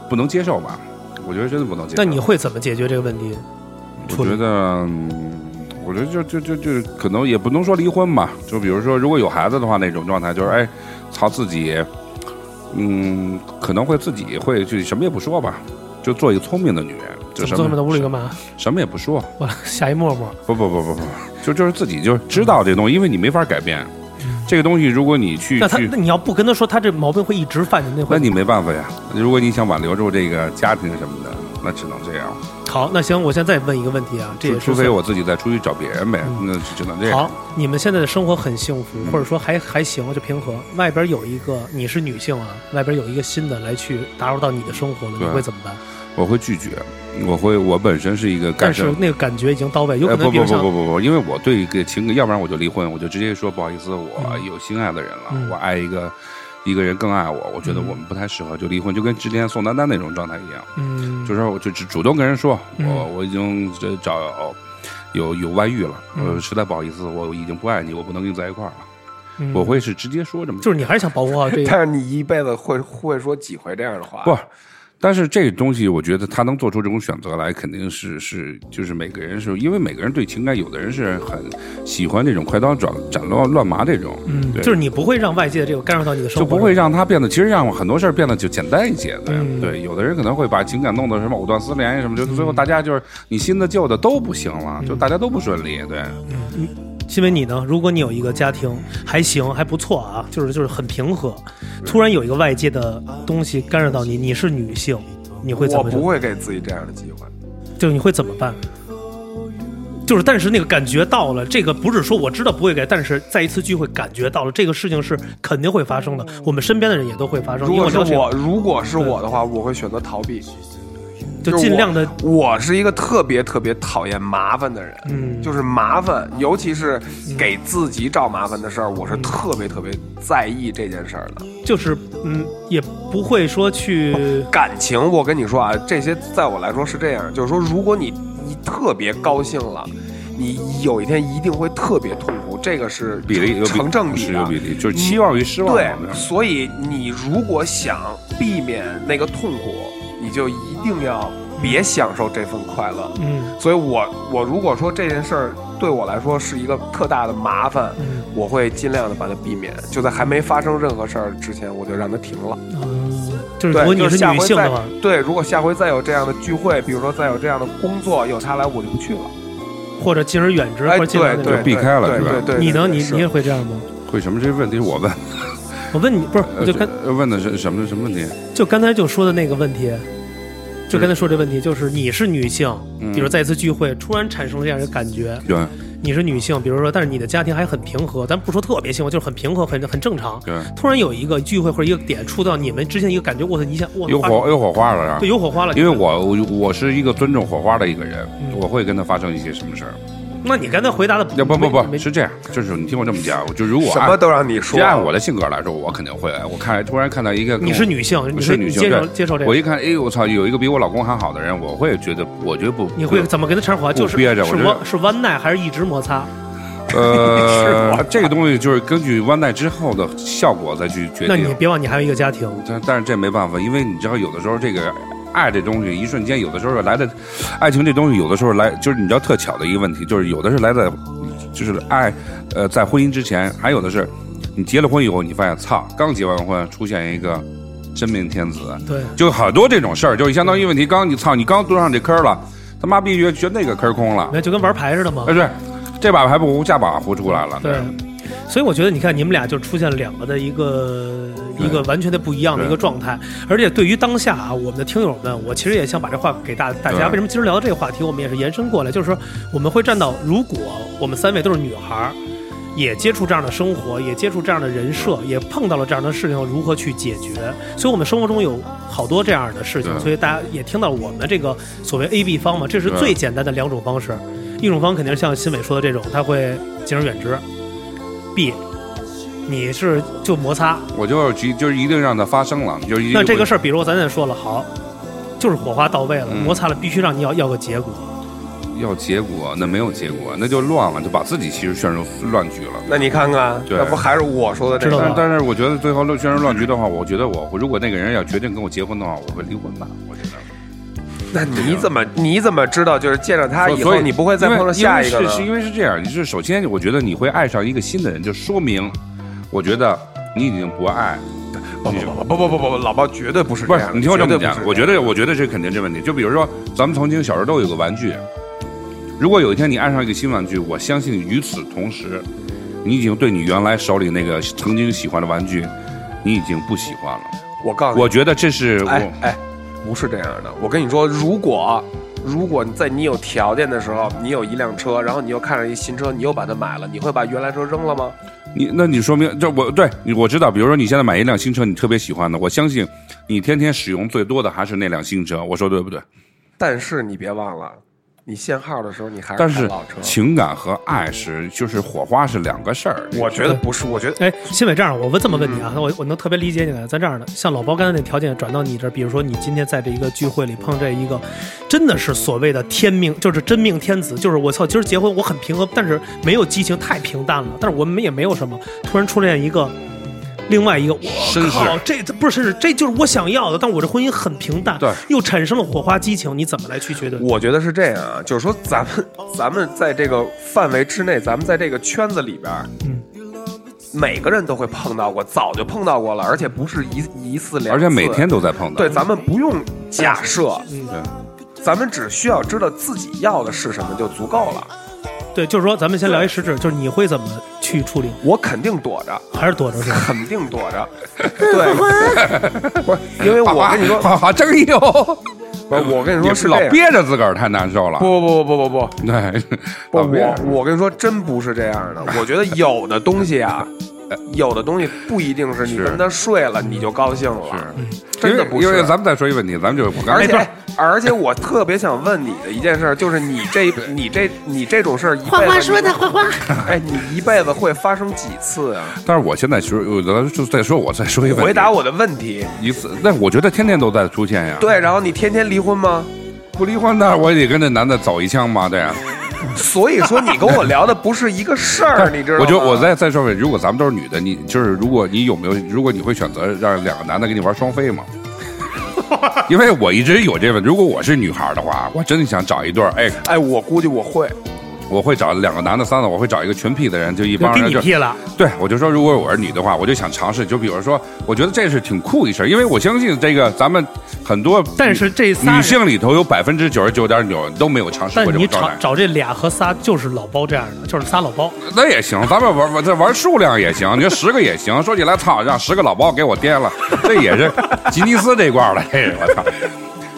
Speaker 2: 不能接受吧，我觉得真的不能接受。
Speaker 3: 那你会怎么解决这个问题？处
Speaker 2: 我觉
Speaker 3: 理
Speaker 2: 得，嗯我觉得就就就就可能也不能说离婚吧，就比如说如果有孩子的话，那种状态就是哎，操自己，嗯，可能会自己会去什么也不说吧，就做一个聪明的女人，就
Speaker 3: 怎
Speaker 2: 什
Speaker 3: 么坐
Speaker 2: 么
Speaker 3: 在屋里干嘛？
Speaker 2: 什么也不说，
Speaker 3: 我 下一默默，
Speaker 2: 不不不不不，就就是自己就知道这东西，因为你没法改变。这个东西，如果你去
Speaker 3: 嗯那他
Speaker 2: 去
Speaker 3: 那你要不跟他说，他这毛病会一直犯，你那会
Speaker 2: 那你没办法呀。如果你想挽留住这个家庭什么的，那只能这样。
Speaker 3: 好。那行，我现在再问一个问题啊，这也是嗯
Speaker 2: 除除非我自己再出去找别人呗，那只能这样。
Speaker 3: 好，你们现在的生活很幸福，或者说还还行，就平和。外边有一个你是女性啊，外边有一个新的来去打扰到你的生活了，你
Speaker 2: 对
Speaker 3: 会怎么办？
Speaker 2: 我会拒绝，我会，我本身是一个干
Speaker 3: 但
Speaker 2: 涉
Speaker 3: 是。那个感觉已经到位，有可
Speaker 2: 哎，
Speaker 3: 能
Speaker 2: 不
Speaker 3: 比
Speaker 2: 不
Speaker 3: 如
Speaker 2: 不不
Speaker 3: 像
Speaker 2: 不不，因为我对一个情感，要不然我就离婚，我就直接说不好意思，我
Speaker 3: 嗯
Speaker 2: 有心爱的人了，
Speaker 3: 嗯
Speaker 2: 我爱一个一个人更爱我，我觉得我们不太适合，就离婚，就跟之前宋丹丹那种状态一样。
Speaker 3: 嗯，
Speaker 2: 就是我就只主动跟人说，
Speaker 3: 嗯
Speaker 2: 我我已经这找哦有有外遇了，
Speaker 3: 嗯
Speaker 2: 我实在不好意思，我已经不爱你，我不能跟你在一块儿了。
Speaker 3: 嗯
Speaker 2: 我会是直接说这么
Speaker 3: 就是你还是想保 护好这个
Speaker 4: 但是你一辈子会会说几回这样的话？
Speaker 2: 不，但是这个东西，我觉得他能做出这种选择来，肯定是是就是每个人是因为每个人对情感，有的人是很喜欢这种快刀斩斩乱乱麻这种，
Speaker 3: 嗯，
Speaker 2: 对
Speaker 3: 就是你不会让外界的这个干扰到你的生
Speaker 2: 就
Speaker 3: 活，
Speaker 2: 不会让他变得，其实让很多事儿变得就简单一些。对、
Speaker 3: 嗯
Speaker 2: 对，有的人可能会把情感弄得什么藕断丝连什么，就最后大家就是你新的旧的都不行了，
Speaker 3: 嗯
Speaker 2: 就大家都不顺利。对，
Speaker 3: 因为你呢，如果你有一个家庭还行还不错啊，就是就是很平和，突然有一个外界的东西干扰到你，你是女性，你会怎
Speaker 4: 我
Speaker 3: 么？
Speaker 4: 不会给自己这样的机会。
Speaker 3: 就是你会怎么办？就是，但是那个感觉到了，这个不是说我知道不会改，但是在一次聚会感觉到了，这个事情是肯定会发生的，我们身边的人也都会发
Speaker 4: 嗯
Speaker 3: 生。
Speaker 4: 如
Speaker 3: 因为
Speaker 4: 果是
Speaker 3: 了解
Speaker 4: 我，如果是我的话，我会选择逃避，
Speaker 3: 就是尽
Speaker 4: 我
Speaker 3: 量的，
Speaker 4: 我是一个特别特别讨厌麻烦的人，
Speaker 3: 嗯
Speaker 4: 就是麻烦，尤其是给自己找麻烦的事儿，我是特别特别在意这件事儿的。
Speaker 3: 就是嗯，也不会说去，
Speaker 4: 感情，我跟你说啊，这些在我来说是这样，就是说，如果你你特别高兴了，你有一天一定会特别痛苦，这个是
Speaker 2: 比例有比
Speaker 4: 成正比
Speaker 2: 是
Speaker 4: 的
Speaker 3: 啊
Speaker 2: 有比例，
Speaker 3: 嗯
Speaker 2: 就是期望与失望
Speaker 4: 对
Speaker 2: 嘛。，
Speaker 4: 所以你如果想避免那个痛苦，你就一定要别享受这份快乐。
Speaker 3: 嗯
Speaker 4: 所以我我如果说这件事儿对我来说是一个特大的麻烦，
Speaker 3: 嗯
Speaker 4: 我会尽量的把它避免，就在还没发生任何事儿之前，我就让它停了。
Speaker 3: 嗯，就是如
Speaker 4: 对，
Speaker 3: 果你
Speaker 4: 就是下
Speaker 3: 女
Speaker 4: 回
Speaker 3: 性
Speaker 4: 再
Speaker 3: 的话，
Speaker 4: 对，如果下回再有这样的聚会，比如说再有这样的工作，有他来我就不去了。
Speaker 3: 或者敬而远之，或
Speaker 4: 哎，
Speaker 3: 者
Speaker 4: 对
Speaker 3: 尽量那
Speaker 4: 对，对
Speaker 3: 种
Speaker 2: 避开了
Speaker 4: 对
Speaker 2: 是吧
Speaker 4: 对对，对
Speaker 3: 你呢？
Speaker 4: 对
Speaker 3: 你
Speaker 4: 是
Speaker 3: 你也会这样吗？
Speaker 2: 会什么这问题是我问，
Speaker 3: 我问你，不是，我就刚
Speaker 2: 呃问的是什么什么问题？
Speaker 3: 就刚才就说的那个问题，
Speaker 2: 嗯
Speaker 3: 就刚才说这问题，就是你是女性，比如在一次聚会突然产生这样一个感觉，
Speaker 2: 对
Speaker 3: 你是女性，比如说，但是你的家庭还很平和，咱不说特别幸福，就是很平和，很很正常。
Speaker 2: 对，
Speaker 3: 突然有一个聚会或者一个点触到你们之前一个感觉，我操，一下我
Speaker 2: 有火有火花了啊
Speaker 3: 对，有火花了。
Speaker 2: 因为我我我是一个尊重火花的一个人
Speaker 3: 嗯，
Speaker 2: 我会跟他发生一些什么事儿。
Speaker 3: 那你刚才回答的
Speaker 2: 要不不
Speaker 3: 嗯没
Speaker 2: 不
Speaker 3: 没
Speaker 2: 是这样，就是你听我这么讲，就如果
Speaker 4: 什
Speaker 2: 按
Speaker 4: 么都让你说
Speaker 2: 就，按我的性格来说，我肯定会。我看突然看到一个跟我，
Speaker 3: 你是女性，
Speaker 2: 我
Speaker 3: 你
Speaker 2: 是
Speaker 3: 你
Speaker 2: 女性，
Speaker 3: 接受
Speaker 2: 对
Speaker 3: 接受这
Speaker 2: 我
Speaker 3: 个，
Speaker 2: 一看，哎呦我操，有一个比我老公还好的人，我会觉得，我觉得不，
Speaker 3: 你会怎么跟他掺和？
Speaker 2: 不
Speaker 3: 就是
Speaker 2: 憋着
Speaker 3: 是
Speaker 2: 我觉
Speaker 3: 弯
Speaker 2: 得
Speaker 3: 是弯耐还是一直摩擦？
Speaker 2: 呃，这个东西就是根据弯带之后的效果再去决
Speaker 3: 那你
Speaker 2: 定。
Speaker 3: 别忘，你还有一个家庭。
Speaker 2: 但但是这没办法，因为你知道，有的时候这个爱这东西，一瞬间有的时候来的，爱情这东西有的时候来，就是你知道特巧的一个问题，就是有的是来在，就是爱，呃，在婚姻之前，还有的是你结了婚以后，你发现操，刚结完婚出现一个真命天子，
Speaker 3: 对，
Speaker 2: 就很多这种事儿，就是相当于问题，刚你操，你刚蹲上这坑了，他妈逼觉觉得那个坑空了，
Speaker 3: 那就跟玩牌似的嘛。
Speaker 2: 哎对，这把还不如下把胡出来了，
Speaker 3: 对，所以我觉得你看你们俩就出现了两个的一个
Speaker 2: 对
Speaker 3: 一个完全的不一样的
Speaker 2: 对
Speaker 3: 一个状态，而且对于当下啊，我们的听友们，我其实也想把这话给大大家。
Speaker 2: 对
Speaker 3: 为什么今儿聊这个话题，我们也是延伸过来，就是说我们会站到，如果我们三位都是女孩儿。也接触这样的生活，也接触这样的人设，也碰到了这样的事情，如何去解决？所以，我们生活中有好多这样的事情，
Speaker 2: 对
Speaker 3: 所以大家也听到我们这个所谓 A、B 方嘛，这是
Speaker 2: 对
Speaker 3: 最简单的两种方式。一种方肯定是像新伟说的这种，他会敬而远之；B，你是就摩擦。
Speaker 2: 我就是急就是一定让它发生了，就是一
Speaker 3: 那这个事
Speaker 2: 儿，
Speaker 3: 儿，比如咱也说了，好，就是火花到位了，
Speaker 2: 嗯
Speaker 3: 摩擦了，必须让你要要个结果。
Speaker 2: 要结果，那没有结果，那就乱了，就把自己其实陷入乱局了。
Speaker 4: 那你看看，
Speaker 2: 对
Speaker 4: 那不还是我说的这
Speaker 3: 知道
Speaker 4: 个
Speaker 2: 但
Speaker 3: 吧
Speaker 4: 吗？
Speaker 2: 但是我觉得最后陷入乱局的话，我觉得我如果那个人要决定跟我结婚的话，我会离婚吧。我觉得，
Speaker 4: 那你怎么你怎么知道就是见着啊他以
Speaker 2: 所
Speaker 4: 后
Speaker 2: 以
Speaker 4: 你不会再碰
Speaker 2: 因为
Speaker 4: 到下一个
Speaker 2: 因为是是因
Speaker 4: 呢？
Speaker 2: 为是这样，就是首先我觉得你会爱上一个新的人，就说明我觉得你已经不爱。
Speaker 4: 不不不不不不不，老包绝对不是
Speaker 2: 不
Speaker 4: 这
Speaker 2: 是
Speaker 4: 样，的。
Speaker 2: 你听我这么
Speaker 4: 绝对不
Speaker 2: 讲
Speaker 4: 是，样
Speaker 2: 我觉得我觉得这肯定这问题。就比如说，咱们曾经小时候都有个玩具，如果有一天你爱上一个新玩具，我相信与此同时，你已经对你原来手里那个曾经喜欢的玩具，你已经不喜欢了。
Speaker 4: 我告诉你，
Speaker 2: 我觉得这是我。
Speaker 4: 哎哎，不是这样的。我跟你说，如果啊如果你在你有条件的时候，你有一辆车，然后你又看上一新车，你又把它买了，你会把原来车扔了吗？
Speaker 2: 你那你说明这我对你我知道，比如说你现在买一辆新车，你特别喜欢的，我相信你天天使用最多的还是那辆新车，我说对不对？
Speaker 4: 但是你别忘了，你限号的时候你还
Speaker 2: 但
Speaker 4: 开
Speaker 2: 是
Speaker 4: 老车。
Speaker 2: 情感和爱是就是火花是两个事儿，
Speaker 4: 我觉得不是，我觉得
Speaker 3: 哎，新伟，这样我问这么问你啊，
Speaker 2: 嗯
Speaker 3: 我我能特别理解你。咱这样的，像老包刚才那条件转到你这儿，比如说你今天在这一个聚会里碰这一个，真的是所谓的天命，就是真命天子，就是我操，今儿结婚我很平和，但是没有激情，太平淡了。但是我们也没有什么，突然出现一个。另外一个，
Speaker 2: 绅
Speaker 3: 我
Speaker 2: 士
Speaker 3: 靠，这这不是绅士，这就是我想要的，但我这婚姻很平淡，
Speaker 2: 对
Speaker 3: 又产生了火花激情，你怎么来去决断？
Speaker 4: 我觉得是这样啊，就是说咱们咱们在这个范围之内，咱们在这个圈子里边，
Speaker 3: 嗯，
Speaker 4: 每个人都会碰到过，早就碰到过了，而且不是一一次两次，
Speaker 2: 而且每天都在碰到。
Speaker 4: 对，咱们不用假设，
Speaker 3: 嗯
Speaker 4: 咱们只需要知道自己要的是什么就足够了。
Speaker 3: 对，就是说，咱们先聊一实质，就是你会怎么去处理，
Speaker 4: 我肯定躲着，
Speaker 3: 还是躲着是吧？
Speaker 4: 肯定躲 着，对，不是，因为哎我跟你说，
Speaker 2: 好好争议哦。
Speaker 4: 不是我跟你说
Speaker 2: 也
Speaker 4: 是
Speaker 2: 是
Speaker 4: 这
Speaker 2: 老
Speaker 4: 样，
Speaker 2: 憋着自个儿太难受了。
Speaker 4: 不不不不不不
Speaker 2: 对，
Speaker 4: 不，啊
Speaker 2: 老憋
Speaker 4: 我
Speaker 2: 着
Speaker 4: 我跟你说，真不是这样的。我觉得有的东西啊，有的东西不一定是你
Speaker 2: 是
Speaker 4: 跟他睡了你就高兴了，真的不
Speaker 2: 因为因
Speaker 4: 是
Speaker 2: 为。咱们再说一个问题，咱们就是我刚
Speaker 4: 而
Speaker 2: 才
Speaker 4: 且而且，我特别想问你的一件事儿，就是你这你这你这种事儿，
Speaker 1: 花花说的，花花，
Speaker 4: 哎，你一辈子会发生几次啊？
Speaker 2: 但是我现在其实我咱就再说，我再说一个问题
Speaker 4: 回答我的问题。
Speaker 2: 一次，那我觉得天天都在出现呀。，
Speaker 4: 对，然后你天天离婚吗？
Speaker 2: 不离婚那我也得跟这男的走一枪嘛，对啊呀。
Speaker 4: 所以说你跟我聊的不是一个事 儿，你知道吗？
Speaker 2: 我就我再再说一遍，如果咱们都是女的，你就是如果你有没有，如果你会选择让两个男的跟你玩双 飞吗？因为我一直有这问，如果我是女孩的话，我真的想找一对儿，哎，
Speaker 4: 哎，我估计我会，
Speaker 2: 我会找两个男的、三的，我会找一个群 P 的人，就一嗯
Speaker 3: 就
Speaker 2: 帮
Speaker 3: 给
Speaker 2: 人
Speaker 3: 你
Speaker 2: 就
Speaker 3: 屁了，
Speaker 2: 对，我就说，如果我是女的话，我就想尝试，就比如说，我觉得这是挺酷一事儿，因为我相信这个咱们很多，
Speaker 3: 但是这仨
Speaker 2: 女
Speaker 3: 人
Speaker 2: 性里头有百分之九十九点九都没有尝试
Speaker 3: 但
Speaker 2: 过这
Speaker 3: 你
Speaker 2: 种状
Speaker 3: 找
Speaker 2: 态，
Speaker 3: 找这俩和仨就是老包这样的，就是仨老包，
Speaker 2: 那也行，咱们玩玩这玩数量也行，你说十个也行，说起来操，让十个老包给我 颠了，这也是吉尼斯这一块儿了，这是我操。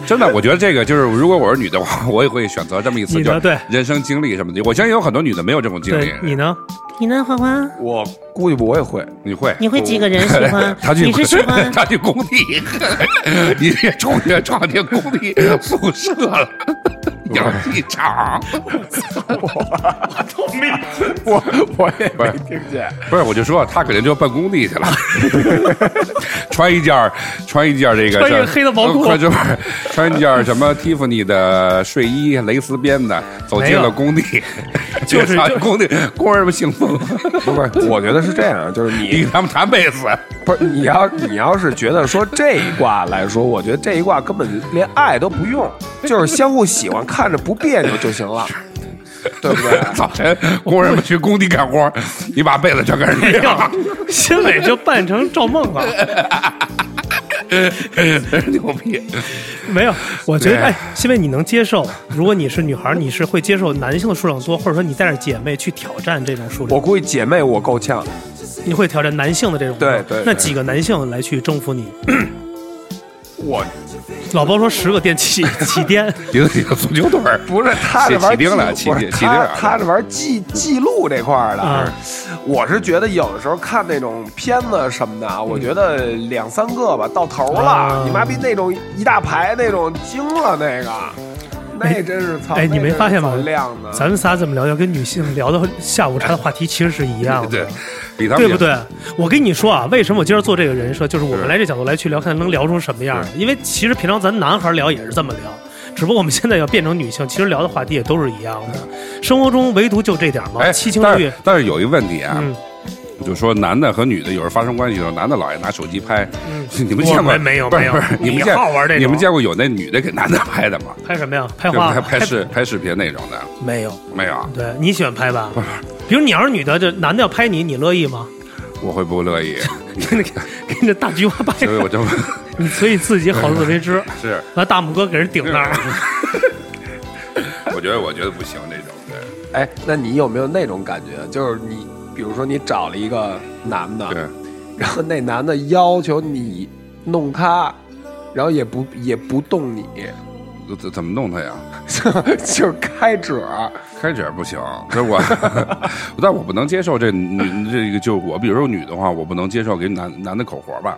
Speaker 2: 真的，我觉得这个就是，如果我是女的话，我也会选择这么一次，
Speaker 3: 你呢
Speaker 2: 就是
Speaker 3: 对
Speaker 2: 人生经历什么的。我相信有很多女的没有这种经历
Speaker 3: 对，你呢？
Speaker 1: 你呢，花花？
Speaker 4: 我估计我也会。
Speaker 2: 你会，？
Speaker 1: 你会几个人喜欢
Speaker 2: 他去
Speaker 1: 你是喜欢
Speaker 2: 他去工 地，你这冲着撞进工地宿舍了。养鸡场。
Speaker 4: 我我也
Speaker 2: 不
Speaker 4: 没
Speaker 2: 是
Speaker 4: 听见。
Speaker 2: 不是，我就说他肯定就办工地去了， 穿一件儿穿一件儿这个
Speaker 3: 穿一个
Speaker 2: 像
Speaker 3: 黑的毛裤
Speaker 2: 穿穿穿一件儿什么 Tiffany 的睡衣，蕾丝边的，走进
Speaker 3: 没
Speaker 2: 了
Speaker 3: 有
Speaker 2: 工地，
Speaker 3: 就是就
Speaker 2: 工地工人们兴奋，
Speaker 4: 不是，我觉得是这样，就是你
Speaker 2: 你给他们弹贝斯，
Speaker 4: 不是你要你要是觉得说这一卦来说，我觉得这一卦根本连爱都不用，就是相互喜欢，看着不别扭就行 了，对不对？
Speaker 2: 早晨工人们去工地干活，你把被子全给人
Speaker 3: 没有
Speaker 2: 扔，
Speaker 3: 新伟就扮成赵 梦了。
Speaker 2: 了， 牛逼！
Speaker 3: 没有，我觉得
Speaker 2: 对
Speaker 3: 哎，新伟你能接受？如果你是女孩，你是会接受男性的数量多，或者说你带着姐妹去挑战这种数
Speaker 4: 我
Speaker 3: 量，
Speaker 4: 估计姐妹我够呛，
Speaker 3: 你会挑战男性的这种
Speaker 4: 对
Speaker 3: 数量
Speaker 4: 对对
Speaker 3: 那几个男性来去征服你。
Speaker 4: 我
Speaker 3: 老包说十个电 起起颠，
Speaker 2: 你的你的足球队儿
Speaker 4: 不是他是玩
Speaker 2: 起起钉了
Speaker 4: 记不是
Speaker 2: 起起钉
Speaker 4: 他
Speaker 2: 了嗯
Speaker 4: 他是玩记记录这块儿
Speaker 3: 啊
Speaker 4: 的。 我是觉得有的时候看那种片子什么的啊，我觉得两三个吧到头
Speaker 3: 嗯啊
Speaker 4: 了，你妈逼那种一大排那种惊了那个，那真是操！
Speaker 3: 哎哎，你没发现吗
Speaker 4: 那真是操亮的，？
Speaker 3: 咱们仨怎么聊天，跟女性聊的下午茶的话题其实是 一样的。
Speaker 2: 对，比他们
Speaker 3: 对不
Speaker 2: 也？
Speaker 3: 对？我跟你说啊，为什么我今儿做这个人设，就是我们
Speaker 2: 是
Speaker 3: 来这角度来去聊，看能聊出什么样儿。因为其实平常咱男孩儿聊也是这么聊，只不过我们现在要变成女性，其实聊的话题也都是一样的。生活中唯独就这点儿嘛，
Speaker 2: 哎
Speaker 3: 七，情
Speaker 2: 但
Speaker 3: 六欲
Speaker 2: 是，但是有一个问题啊，
Speaker 3: 嗯
Speaker 2: 就说男的和女的有时候发生关系的时候，男的老爱拿手机拍，
Speaker 3: 嗯
Speaker 2: 你们见
Speaker 3: 我
Speaker 2: 过
Speaker 3: 们没有
Speaker 2: 不
Speaker 3: 没
Speaker 2: 是
Speaker 3: 有
Speaker 2: 不是，
Speaker 3: 你
Speaker 2: 们见
Speaker 3: 好玩这种
Speaker 2: 你们见过有那女的给男的拍 的吗？
Speaker 3: 拍什么呀？拍
Speaker 2: 就
Speaker 3: 花
Speaker 2: 拍拍视拍视频那种的
Speaker 3: 没有？
Speaker 2: 没有啊？
Speaker 3: 对你喜欢拍吧？比如你要是女的，这男的要拍你，你乐意 吗？
Speaker 2: 我会不乐意，
Speaker 3: 给你这大菊花拍
Speaker 2: 所以，我就
Speaker 3: 你所以自己好自为之。
Speaker 2: 是，
Speaker 3: 完大拇哥给人顶那 儿，
Speaker 2: 我觉得我觉得不行这种对
Speaker 4: 哎，那你有没有那种感觉？就是你，比如说你找了一个男
Speaker 3: 啊
Speaker 4: 的，
Speaker 2: 对，
Speaker 4: 然后那男的要求你弄他，然后也不也不动你，
Speaker 2: 怎怎怎么弄他呀？
Speaker 4: 就是开褶儿。
Speaker 2: 开卷不行，这我，但我不能接受这女这个，就是我，比如说女的话，我不能接受给男男的口活吧，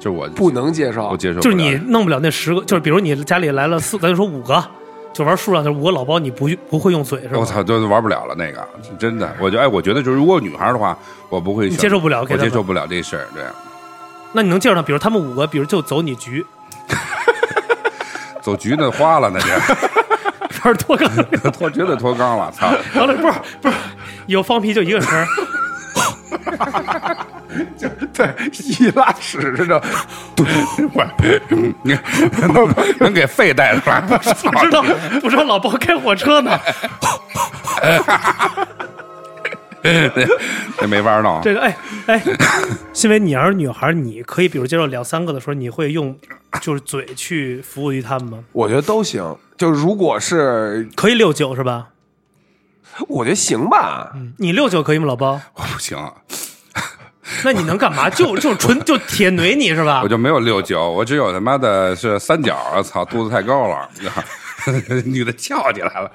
Speaker 2: 就是我
Speaker 4: 不能接受
Speaker 2: 我，接受不了，
Speaker 3: 就是你弄不了那十个，就是比如你家里来了四，咱就说五个，就玩数量，就是五个老包，你不不会用嘴是吧？
Speaker 2: 我操，就是玩不了了那个，真的，我就哎，我觉得就是如果女孩的话，我不会
Speaker 3: 你
Speaker 2: 选
Speaker 3: 接受不了给
Speaker 2: 我
Speaker 3: 他
Speaker 2: 接
Speaker 3: 们
Speaker 2: 受不了这事儿，对，
Speaker 3: 那你能介绍上，比如他们五个，比如就走你局，
Speaker 2: 走局那花了那就，
Speaker 3: 这儿多个，
Speaker 2: 脱绝对脱肛了， 操，
Speaker 3: 完了不是不是，有放屁就一个声儿，
Speaker 4: 对，一拉屎似的，
Speaker 2: 你能能给肺带出来吗？
Speaker 3: 不知道不知道老包开火车呢，
Speaker 2: 这没法弄，
Speaker 3: 这个哎哎，新为你要是女孩，你可以比如接受两三个的时候，你会用就是嘴去服务于他们吗？
Speaker 4: 我觉得都行。就如果是，
Speaker 3: 可以六九是吧？
Speaker 4: 我觉得行吧，
Speaker 3: 你六九可以吗，老包？
Speaker 2: 我不行，
Speaker 3: 那你能干嘛？就就纯就铁 怼你是吧
Speaker 2: 我？就没有六九，我只有他妈的是三角，我操，肚子太高了， 女的翘起来了，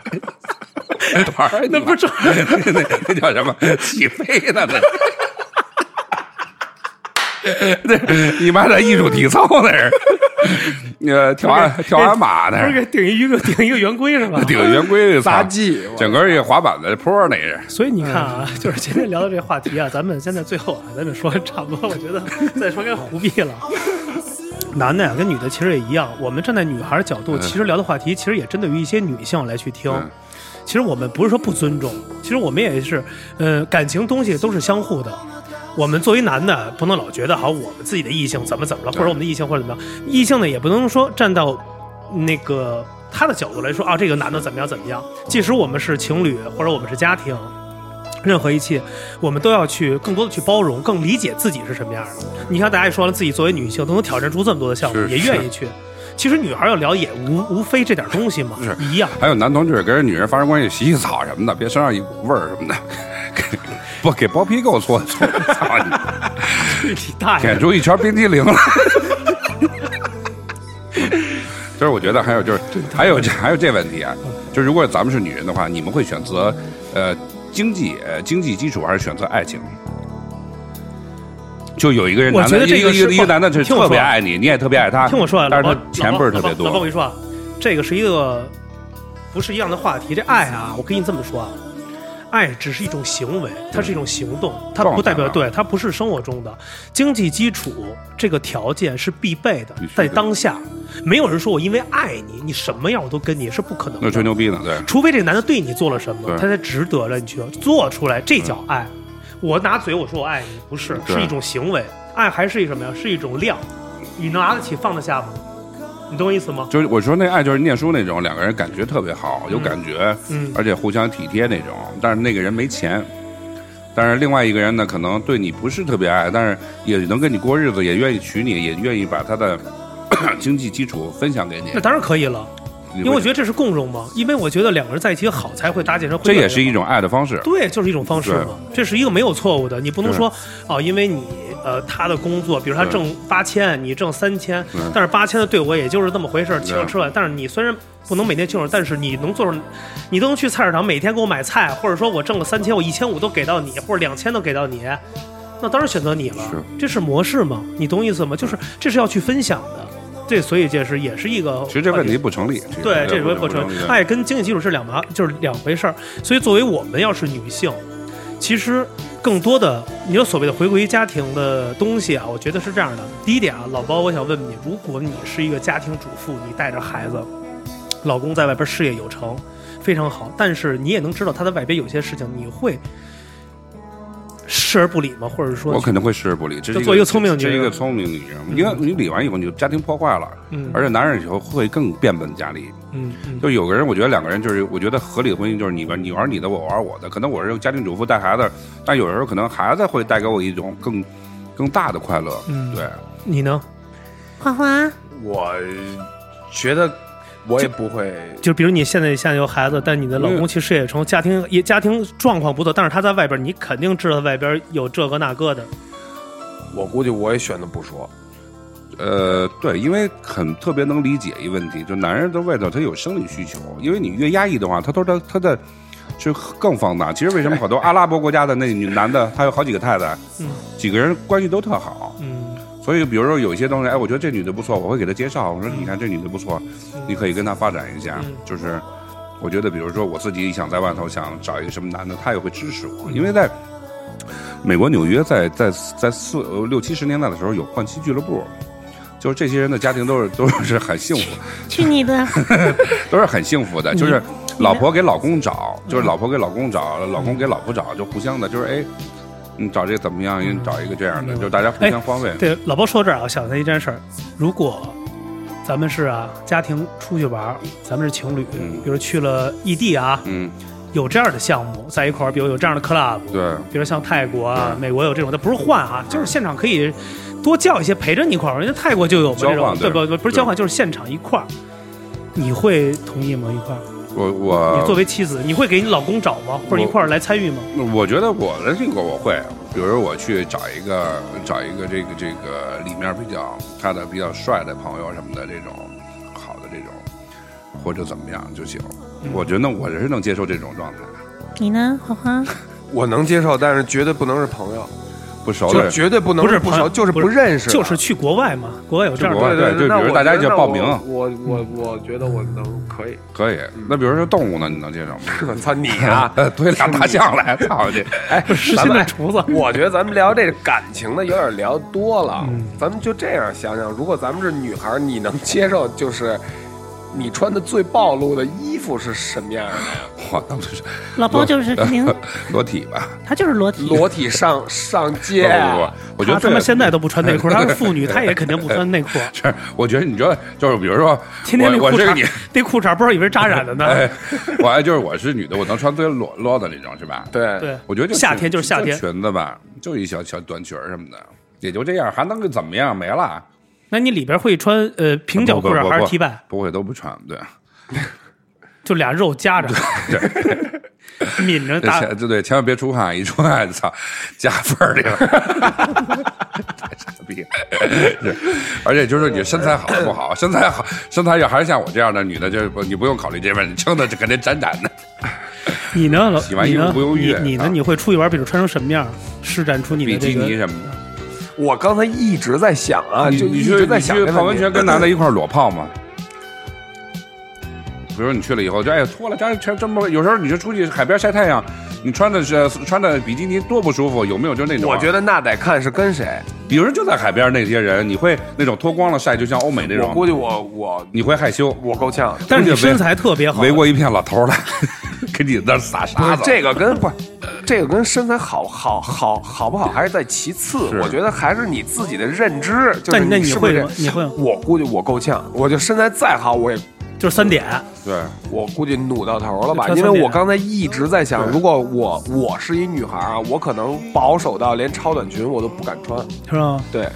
Speaker 2: 玩儿你
Speaker 3: 哎那
Speaker 2: 妈
Speaker 3: 不是
Speaker 2: 那那叫什么起飞呢？那。那 你妈在艺术体操那是，呃，跳鞍跳鞍马那
Speaker 3: 不是
Speaker 2: 是，
Speaker 3: 给顶一个顶一个圆规是吧？
Speaker 2: 哎 顶圆规
Speaker 4: 杂技我
Speaker 2: 整个一个滑板的坡那是。
Speaker 3: 所以你看啊，
Speaker 2: 嗯
Speaker 3: 就是今天聊到这话题啊，咱们现在最后啊， 咱们说差不多，我觉得再说该胡逼 了。男的呀、跟女的其实也一样，我们站在女孩儿角度，其实聊的话题其实也针对于一些女性来去听。
Speaker 2: 嗯
Speaker 3: 其实我们不是说不尊重，其实我们也是，呃，感情东西都是相互的。我们作为男的，不能老觉得好我们自己的异性怎么怎么了，或者我们的异性或者怎么样，异性呢也不能说站到那个他的角度来说啊，这个男的怎么样怎么样。即使我们是情侣或者我们是家庭，任何一切，我们都要去更多的去包容，更理解自己是什么样的。你看，大家也说了，自己作为女性都能挑战出这么多的项目，
Speaker 2: 是
Speaker 3: 也愿意去。其实女孩要聊也无无非这点东西嘛，一 样。
Speaker 2: 还有男同志跟人女人发生关系，洗洗澡什么的，别身上一股味儿什么的， 给不给包皮给我搓 搓，操你！
Speaker 3: 你大爷
Speaker 2: 舔！出一圈冰激凌来。就是我觉得还有就是还有这还有这问题啊，就是如果咱们是女人的话，你们会选择呃经济呃经济基础还是选择爱情？就有一个人
Speaker 3: 我
Speaker 2: 男
Speaker 3: 觉得
Speaker 2: 的，
Speaker 3: 这
Speaker 2: 一个
Speaker 3: 个
Speaker 2: 一个
Speaker 3: 是
Speaker 2: 一个男的
Speaker 3: 不
Speaker 2: 是
Speaker 3: 听我
Speaker 2: 特别
Speaker 3: 说啊
Speaker 2: 爱你，你也特别爱他，
Speaker 3: 听我说啊，
Speaker 2: 但
Speaker 3: 老啊
Speaker 2: 是
Speaker 3: 包
Speaker 2: 他，钱不是特别
Speaker 3: 老包老包我跟
Speaker 2: 多。
Speaker 3: 你说啊，这个是一个不是一样的话题。这爱啊，我跟你这么说啊，爱只是一种行为，它是一种行动，它不代表
Speaker 2: 嗯状态
Speaker 3: 对，它不是生活中的经济基础这个条件是必备的
Speaker 2: 必须，的
Speaker 3: 在当下，没有人说我因为爱你，你什么样我都跟你是不可能
Speaker 2: 那
Speaker 3: 的
Speaker 2: 吹。牛逼呢，对，
Speaker 3: 除非这男的对你做了什么
Speaker 2: 对，嗯
Speaker 3: 他才值得让你去做出来，这叫爱。我拿嘴我说我爱你，不是，
Speaker 2: 对
Speaker 3: 是一种行为。爱还是一什么呀？是一种量，你拿得起放得下吗？你懂我意思吗？
Speaker 2: 就是我说那爱就是念书那种，两个人感觉特别好，有感觉，
Speaker 3: 嗯
Speaker 2: 而且互相体贴那种。但是那个人没钱，但是另外一个人呢，可能对你不是特别爱，但是也能跟你过日子，也愿意娶你，也愿意把他的 经济基础分享给你
Speaker 3: 那。当然可以了，因
Speaker 2: 因
Speaker 3: 为我觉得这是共荣嘛。因为我觉得两个人在一起好才会搭建成婚
Speaker 2: 这
Speaker 3: 姻。
Speaker 2: 也是一种爱的方式。
Speaker 3: 啊对，就是一种方式嘛。这是一个没有错误的，你不能说哦，因为你呃他的工作，比如他
Speaker 2: 对
Speaker 3: 挣八千，你挣三千
Speaker 2: 对，
Speaker 3: 但是八千的对我也就是这么回事儿，
Speaker 2: 对
Speaker 3: 请我吃饭。但是你虽然不能每天请我，但是你能做成，你都能去菜市场每天给我买菜，或者说我挣了三千，我一千五都给到你，或者两千都给到你，那当然选择你了。
Speaker 2: 是
Speaker 3: 这是模式嘛？你懂意思吗？就是这是要去分享的。这所以这是也是一个，
Speaker 2: 其实这问题不成立。
Speaker 3: 对，这回不
Speaker 2: 成
Speaker 3: 纯，爱跟经济基础是两码，就是两回事儿。所以作为我们要是女性，其实更多的你说所谓的回归家庭的东西啊，我觉得是这样的。第一点啊，老包，我想问问你，如果你是一个家庭主妇，你带着孩子，老公在外边事业有成，非常好，但是你也能知道他在外边有些事情，你会视而不理吗？或者说
Speaker 2: 我肯定会视而不理。这是
Speaker 3: 就做一个聪明的
Speaker 2: 这
Speaker 3: 女
Speaker 2: 是一
Speaker 3: 人
Speaker 2: 个聪明女人。因为你理完以后，你就家庭破坏了，
Speaker 3: 嗯
Speaker 2: 而且男人以后会更变本加厉。
Speaker 3: 嗯嗯
Speaker 2: 就有个人，我觉得两个人就是，我觉得合理的婚姻就是你玩你玩你的，我玩我的。可能我是家庭主妇带孩子，但有时候可能孩子会带给我一种更更大的快乐。
Speaker 3: 嗯
Speaker 2: 对，
Speaker 3: 你呢？
Speaker 1: 花花，
Speaker 4: 我觉得我也不会，
Speaker 3: 就比如你现在现在有孩子，但你的老公其实也从家庭也家庭状况不错，但是他在外边，你肯定知道外边有这个那个的。
Speaker 4: 我估计我也选择不说。
Speaker 2: 呃，对，因为很特别能理解一问题，就男人的外头他有生理需求，因为你越压抑的话，他都他他的就更放大。其实为什么好多阿拉伯国家的那女男的，他有好几个太太，
Speaker 3: 嗯
Speaker 2: 几个人关系都特好，
Speaker 3: 嗯，
Speaker 2: 所以比如说有一些东西，哎，我觉得这女的不错，我会给她介绍，我说你看这女的不错，你可以跟她发展一下
Speaker 3: 嗯，
Speaker 2: 就是。我觉得，比如说我自己想在外头想找一个什么男的，他也会支持
Speaker 3: 嗯
Speaker 2: 我，因为在美国纽约在，在在四呃六七十年代的时候有换妻俱乐部，就是这些人的家庭都是 都是很 幸福，
Speaker 1: 去你的！
Speaker 2: 都是很幸福的，就是老婆给老公找，
Speaker 3: 嗯
Speaker 2: 就是老婆给老公找，老公给老婆找，就互相的，就是哎，你找这个怎么样？你找一个这样的，
Speaker 3: 嗯
Speaker 2: 就大家互相方位。
Speaker 3: 对，老包说到这儿啊，想起来一件事儿，如果咱们是啊家庭出去玩儿，咱们是情侣，
Speaker 2: 嗯
Speaker 3: 比如去了异地啊，
Speaker 2: 嗯，
Speaker 3: 有这样的项目在一块儿，比如有这样的 club，
Speaker 2: 对，
Speaker 3: 比如像泰国啊、美国有这种，但不是换啊，就是现场可以多叫一些陪着你一块儿玩。人家泰国就有嘛
Speaker 2: 交
Speaker 3: 这种
Speaker 2: 换，
Speaker 3: 对
Speaker 2: 对
Speaker 3: 不不不是交换，就是现场一块儿。你会同意吗？一块儿？
Speaker 2: 我
Speaker 3: 你作
Speaker 2: 我
Speaker 3: 为妻子，你会给你老公找吗？或者一块儿来参与吗？
Speaker 2: 我觉得我的这个我会，比如我去找一个找一个这个这个里面比较他的比较帅的朋友什么的这种好的这种，或者怎么样就行。
Speaker 3: 嗯
Speaker 2: 我觉得我是能接受这种状态，
Speaker 1: 你呢，花花？
Speaker 4: 我能接受，但是绝对不能是朋友，
Speaker 2: 不熟的
Speaker 4: 就
Speaker 2: 人
Speaker 4: 绝哦对不能
Speaker 3: 不是
Speaker 4: 不
Speaker 3: 朋友
Speaker 4: 熟，就是
Speaker 3: 不
Speaker 4: 不
Speaker 3: 是
Speaker 4: 认识的，
Speaker 3: 就是去国外嘛，国外有这样
Speaker 2: 啊去国
Speaker 3: 的
Speaker 2: 外
Speaker 4: 对
Speaker 2: 对就
Speaker 4: 那
Speaker 2: 比如
Speaker 4: 我
Speaker 2: 大家
Speaker 4: 觉得
Speaker 2: 就
Speaker 4: 那
Speaker 2: 报
Speaker 4: 我
Speaker 2: 名
Speaker 4: 我 我我觉得我能可以。
Speaker 2: 可以。那比如说动物呢，你能接受吗？
Speaker 4: 我操你啊！
Speaker 2: 呃， 推俩大象来，操去！
Speaker 4: 哎，
Speaker 3: 是
Speaker 4: 咱
Speaker 3: 现在
Speaker 4: 们
Speaker 3: 厨子。
Speaker 4: 我觉得咱们聊这感情的有点聊多了，
Speaker 2: 嗯
Speaker 4: 咱们就这样想想，如果咱们是女孩，你能接受就是你穿的最暴露的衣服是什么样 的？
Speaker 2: 我当时是
Speaker 1: 老包就是肯定，
Speaker 2: 裸体吧，
Speaker 1: 他就是裸体。
Speaker 4: 裸体上上街
Speaker 2: 不
Speaker 4: 啊、
Speaker 2: 不不，我觉
Speaker 3: 他
Speaker 2: 得
Speaker 3: 他
Speaker 2: 最
Speaker 3: 妈现在都不穿 内裤，她是妇女，她也肯定不穿内裤。啊
Speaker 2: 是，我觉得你觉得就是比如说，
Speaker 3: 天天那
Speaker 2: 我
Speaker 3: 裤
Speaker 2: 我是个女
Speaker 3: 衩，， 那裤衩不知道以为是扎染的呢。
Speaker 2: 哎， 我还就是我是女的，我能穿最裸裸的那种是吧？，
Speaker 4: 对
Speaker 3: 对，
Speaker 2: 我觉得就
Speaker 3: 夏天就是夏天。
Speaker 2: 裙子吧，就一小小短裙儿什么的，也就这样，还能怎么样？没了，
Speaker 3: 那你里边会穿呃平角裤
Speaker 2: 不
Speaker 3: 衩
Speaker 2: 不
Speaker 3: 还是
Speaker 2: 不
Speaker 3: 提摆？
Speaker 2: 不会都不穿，对，
Speaker 3: 就俩肉夹着， 抿着
Speaker 2: 这
Speaker 3: 打。
Speaker 2: 千这对千万别出汗，一出汗操加分儿这个， 太傻逼了。 是，而且就是你身材好不好，身材好，身材要还是像我这样的女的，就是不你不用考虑这问题，撑的肯定展展的。
Speaker 3: 你呢？老
Speaker 2: 洗完
Speaker 3: 你
Speaker 2: 衣服
Speaker 3: 呢
Speaker 2: 不用
Speaker 3: 你
Speaker 2: 熨
Speaker 3: 你呢
Speaker 2: 啊？
Speaker 3: 你会出去玩，比如穿成什么样，施展出你
Speaker 2: 比
Speaker 3: 的这
Speaker 2: 基尼
Speaker 3: 个？
Speaker 2: 什么的。
Speaker 4: 我刚才一直在想啊，
Speaker 2: 你
Speaker 4: 就
Speaker 2: 你
Speaker 4: 一
Speaker 2: 去
Speaker 4: 直在
Speaker 2: 你
Speaker 4: 想
Speaker 2: 去
Speaker 4: 这
Speaker 2: 泡
Speaker 4: 问
Speaker 2: 温
Speaker 4: 题
Speaker 2: 泉跟男的一块儿裸泡吗？比如说你去了以后，就哎呀脱了，家里全这么，有时候你就出去海边晒太阳，你穿的是穿的比基尼多不舒服，有没有？就那种、啊
Speaker 4: 我觉
Speaker 2: 得
Speaker 4: 得那得看是跟谁。
Speaker 2: 有人就在海边那些人，你会那种脱光了晒，就像欧美那
Speaker 4: 我
Speaker 2: 种，
Speaker 4: 估计我我
Speaker 2: 你会害羞，
Speaker 4: 我够呛。
Speaker 3: 但是你身材特别好，
Speaker 2: 围过一片老头儿来， 给你那儿撒
Speaker 4: 不
Speaker 2: 沙
Speaker 4: 是
Speaker 2: 子。
Speaker 4: 这个跟不，这个跟身材好好好好不好还是在其次。
Speaker 2: 是
Speaker 4: 我觉得还是你自己的认知，就
Speaker 3: 但
Speaker 4: 是
Speaker 3: 你那你
Speaker 4: 是不
Speaker 3: 会
Speaker 4: 是这
Speaker 3: 吗你会吗
Speaker 4: 我估计我够呛，我就身材再好，我也
Speaker 3: 就是三点，
Speaker 2: 对，
Speaker 4: 我估计努到头了吧，
Speaker 3: 就穿
Speaker 4: 因
Speaker 3: 三
Speaker 4: 为
Speaker 3: 点
Speaker 4: 我刚才一直在想，如果我我是一女孩啊，我可能保守到连超短裙我都不敢穿。
Speaker 3: 是吧？
Speaker 4: 对，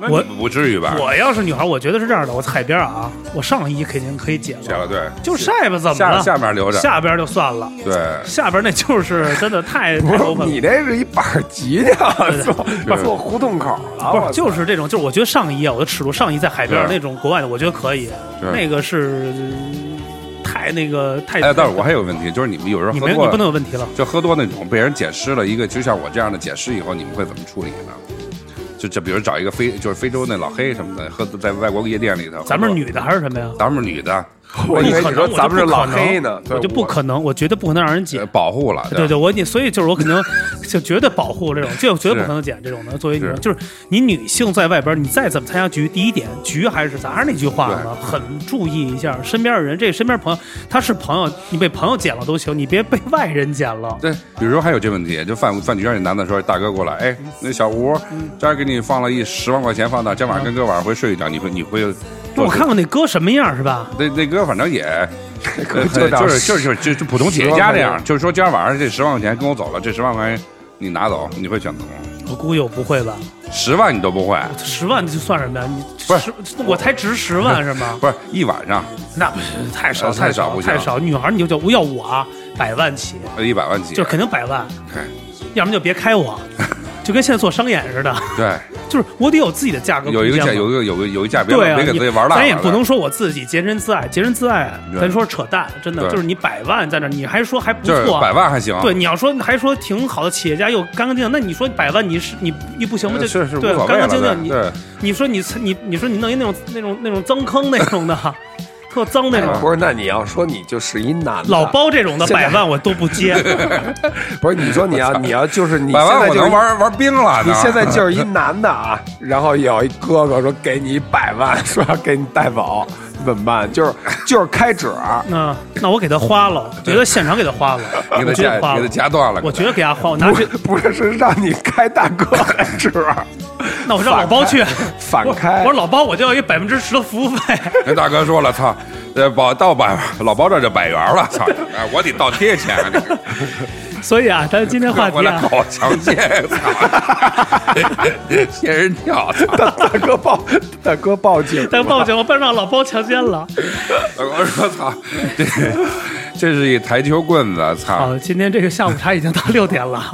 Speaker 2: 那
Speaker 3: 我
Speaker 2: 你不至于吧？
Speaker 3: 我要是女孩，我觉得是这样的，我海边啊，我上衣肯定可以解
Speaker 2: 写
Speaker 3: 了，
Speaker 2: 了对，
Speaker 3: 就晒吧，怎么
Speaker 2: 下
Speaker 3: 了？
Speaker 2: 下面留着，
Speaker 3: 下边就算了，
Speaker 2: 对。
Speaker 3: 下边那就是真 的太太 open 了
Speaker 4: 你。这是一板急的，坐
Speaker 2: 是
Speaker 4: 坐胡同口了，
Speaker 3: 不
Speaker 4: 我
Speaker 3: 是，就是这种，就是我觉得上衣啊，我的尺度上衣在海边
Speaker 2: 对
Speaker 3: 那种国外的，我觉得可以，
Speaker 2: 对
Speaker 3: 那个是呃太那个太。
Speaker 2: 哎，但是我还有个问题，就是你们有时候
Speaker 3: 你
Speaker 2: 喝
Speaker 3: 没你
Speaker 2: 多
Speaker 3: 不能
Speaker 2: 了，
Speaker 3: 有问题了，
Speaker 2: 就喝多那种被人解释了一个，就像我这样的解释以后，你们会怎么处理呢？就这，比如找一个非就是非洲那老黑什么的，喝在外国夜店里头，喝多
Speaker 3: 咱们是女的还是什么呀？
Speaker 2: 咱们是女的，
Speaker 4: 我以为你
Speaker 3: 不可能我
Speaker 4: 说
Speaker 3: 就
Speaker 4: 咱们是
Speaker 3: 不可
Speaker 4: 老
Speaker 3: 能
Speaker 4: 黑呢，对
Speaker 3: 我就不可能，我绝对不可能让人
Speaker 2: 呃
Speaker 3: 剪。
Speaker 2: 保护了，
Speaker 3: 对
Speaker 2: 吧
Speaker 3: 对，我你所以就是我肯定 就绝对保护这种，就绝对不可能剪这种的。作为女人，
Speaker 2: 是
Speaker 3: 就是你女性在外边，你再怎么参加局，第一点局还是咱还是那句话了，很注意一下身边的人。这身边朋友他是朋友，你被朋友剪了都行，你别被外人剪了。
Speaker 2: 对，比如说还有这问题，就饭饭局上，这男的说：“大哥过来，哎，那小吴这儿给你放了一十万块钱放那儿，今晚上跟哥晚上回睡一觉，你会你会
Speaker 3: 就我
Speaker 2: 做出？
Speaker 3: 看过那哥什么样是吧？
Speaker 2: 那那哥 反正也，呃
Speaker 4: 就
Speaker 2: 就
Speaker 4: 找
Speaker 2: 是就是就是就就普通企业
Speaker 4: 10
Speaker 2: 家
Speaker 4: 万
Speaker 2: 这
Speaker 4: 块
Speaker 2: 样，
Speaker 4: 钱
Speaker 2: 就是说今儿晚上这十万块钱跟我走了，这十万块钱你拿走，你会选择吗？
Speaker 3: 我估计我不会吧，
Speaker 2: 十万你都不会，
Speaker 3: 十万就算什么呀？你
Speaker 2: 不是
Speaker 3: 十，我才值十万是吗？
Speaker 2: 不是一晚上
Speaker 3: 那不是太少
Speaker 2: 呃
Speaker 3: 太
Speaker 2: 太少
Speaker 3: 少
Speaker 2: 不行
Speaker 3: 太少，女孩你就叫要我啊，百万起，
Speaker 2: 呃一百万起，
Speaker 3: 就是肯定百万，
Speaker 2: 对
Speaker 3: 要么就别开我，就跟现在做商演似的，
Speaker 2: 对，
Speaker 3: 就是我得有自己的价格
Speaker 2: 有一个
Speaker 3: 空
Speaker 2: 价，
Speaker 3: 间嘛
Speaker 2: 有一个有个有一价，别
Speaker 3: 对啊，
Speaker 2: 别给
Speaker 3: 你
Speaker 2: 自己玩烂了。
Speaker 3: 咱也不能说我自己洁身自爱，洁身自爱，
Speaker 2: 对
Speaker 3: 咱说扯淡，真的
Speaker 2: 对
Speaker 3: 就是你百万在那儿，你还说还不
Speaker 2: 就是
Speaker 3: 错，
Speaker 2: 百万还行，
Speaker 3: 对，你要说还说挺好的企业家又干干净净，那你说百万你是你你不行吗？就
Speaker 2: 呃
Speaker 3: 是
Speaker 2: 是无
Speaker 3: 对
Speaker 2: 所，谓
Speaker 3: 干
Speaker 2: 了，
Speaker 3: 干净
Speaker 2: 对
Speaker 3: 净，你
Speaker 2: 对。
Speaker 3: 你说你你你说你弄一那种那种那种脏坑那种的，特脏那
Speaker 2: 哎
Speaker 3: 种，
Speaker 4: 不是，那你要说你就是一男的，
Speaker 3: 老包这种的
Speaker 4: 现在
Speaker 3: 百万我都不接，
Speaker 4: 不是你说你要你要就是你
Speaker 2: 百
Speaker 4: 现
Speaker 2: 万
Speaker 4: 在就
Speaker 2: 我
Speaker 4: 是
Speaker 2: 能玩玩冰了呢，
Speaker 4: 你 现在就是一男的啊，然后有一哥哥说给你一百万，说要给你带走，怎么办？就是就是开指儿，
Speaker 3: 那嗯那我给他花了，觉得现场给他花了， 我
Speaker 2: 给他
Speaker 3: 觉得
Speaker 2: 夹
Speaker 3: 花
Speaker 2: 给
Speaker 3: 了
Speaker 2: 他，夹断了，
Speaker 3: 我觉得给他花，我拿
Speaker 4: 不
Speaker 3: 去
Speaker 4: 是，不是是让你开大哥的指儿，
Speaker 3: 那我让老包去。
Speaker 4: 反
Speaker 3: 我
Speaker 4: 开
Speaker 3: 我说。老包，我就要一百分之十的服务费，
Speaker 2: 那大哥说了，操，呃，保到百老包这儿就百元了， 操，哎，我得倒贴钱，这个
Speaker 3: 所以啊，咱今天话
Speaker 2: 回
Speaker 3: 题
Speaker 2: 来
Speaker 3: 啊，
Speaker 2: 搞强奸，操， 仙人跳，操，
Speaker 4: 大大哥报，大哥报警！
Speaker 3: 咱报警，我不然让老包强奸了。
Speaker 2: 我说操，这这是一台球棍子，操，
Speaker 3: 好，今天这个下午茶已经到六点了。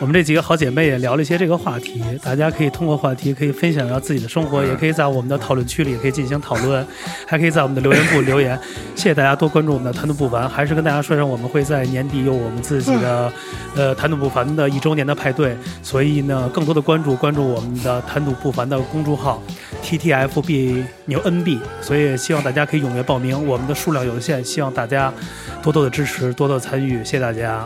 Speaker 3: 我们这几个好姐妹也聊了一些这个话题，大家可以通过话题可以分享到自己的生活，也可以在我们的讨论区里也可以进行讨论，还可以在我们的留言部留言。谢谢大家多关注我们的谈吐不凡，还是跟大家说一声，我们会在年底有我们自己的呃谈吐不凡的一周年的派对，所以呢，更多的关注关注我们的谈吐不凡的公众号 TTFB 牛 NB，所以希望大家可以踊跃报名，我们的数量有限，希望大家多多的支持，多多地参与，谢谢大家。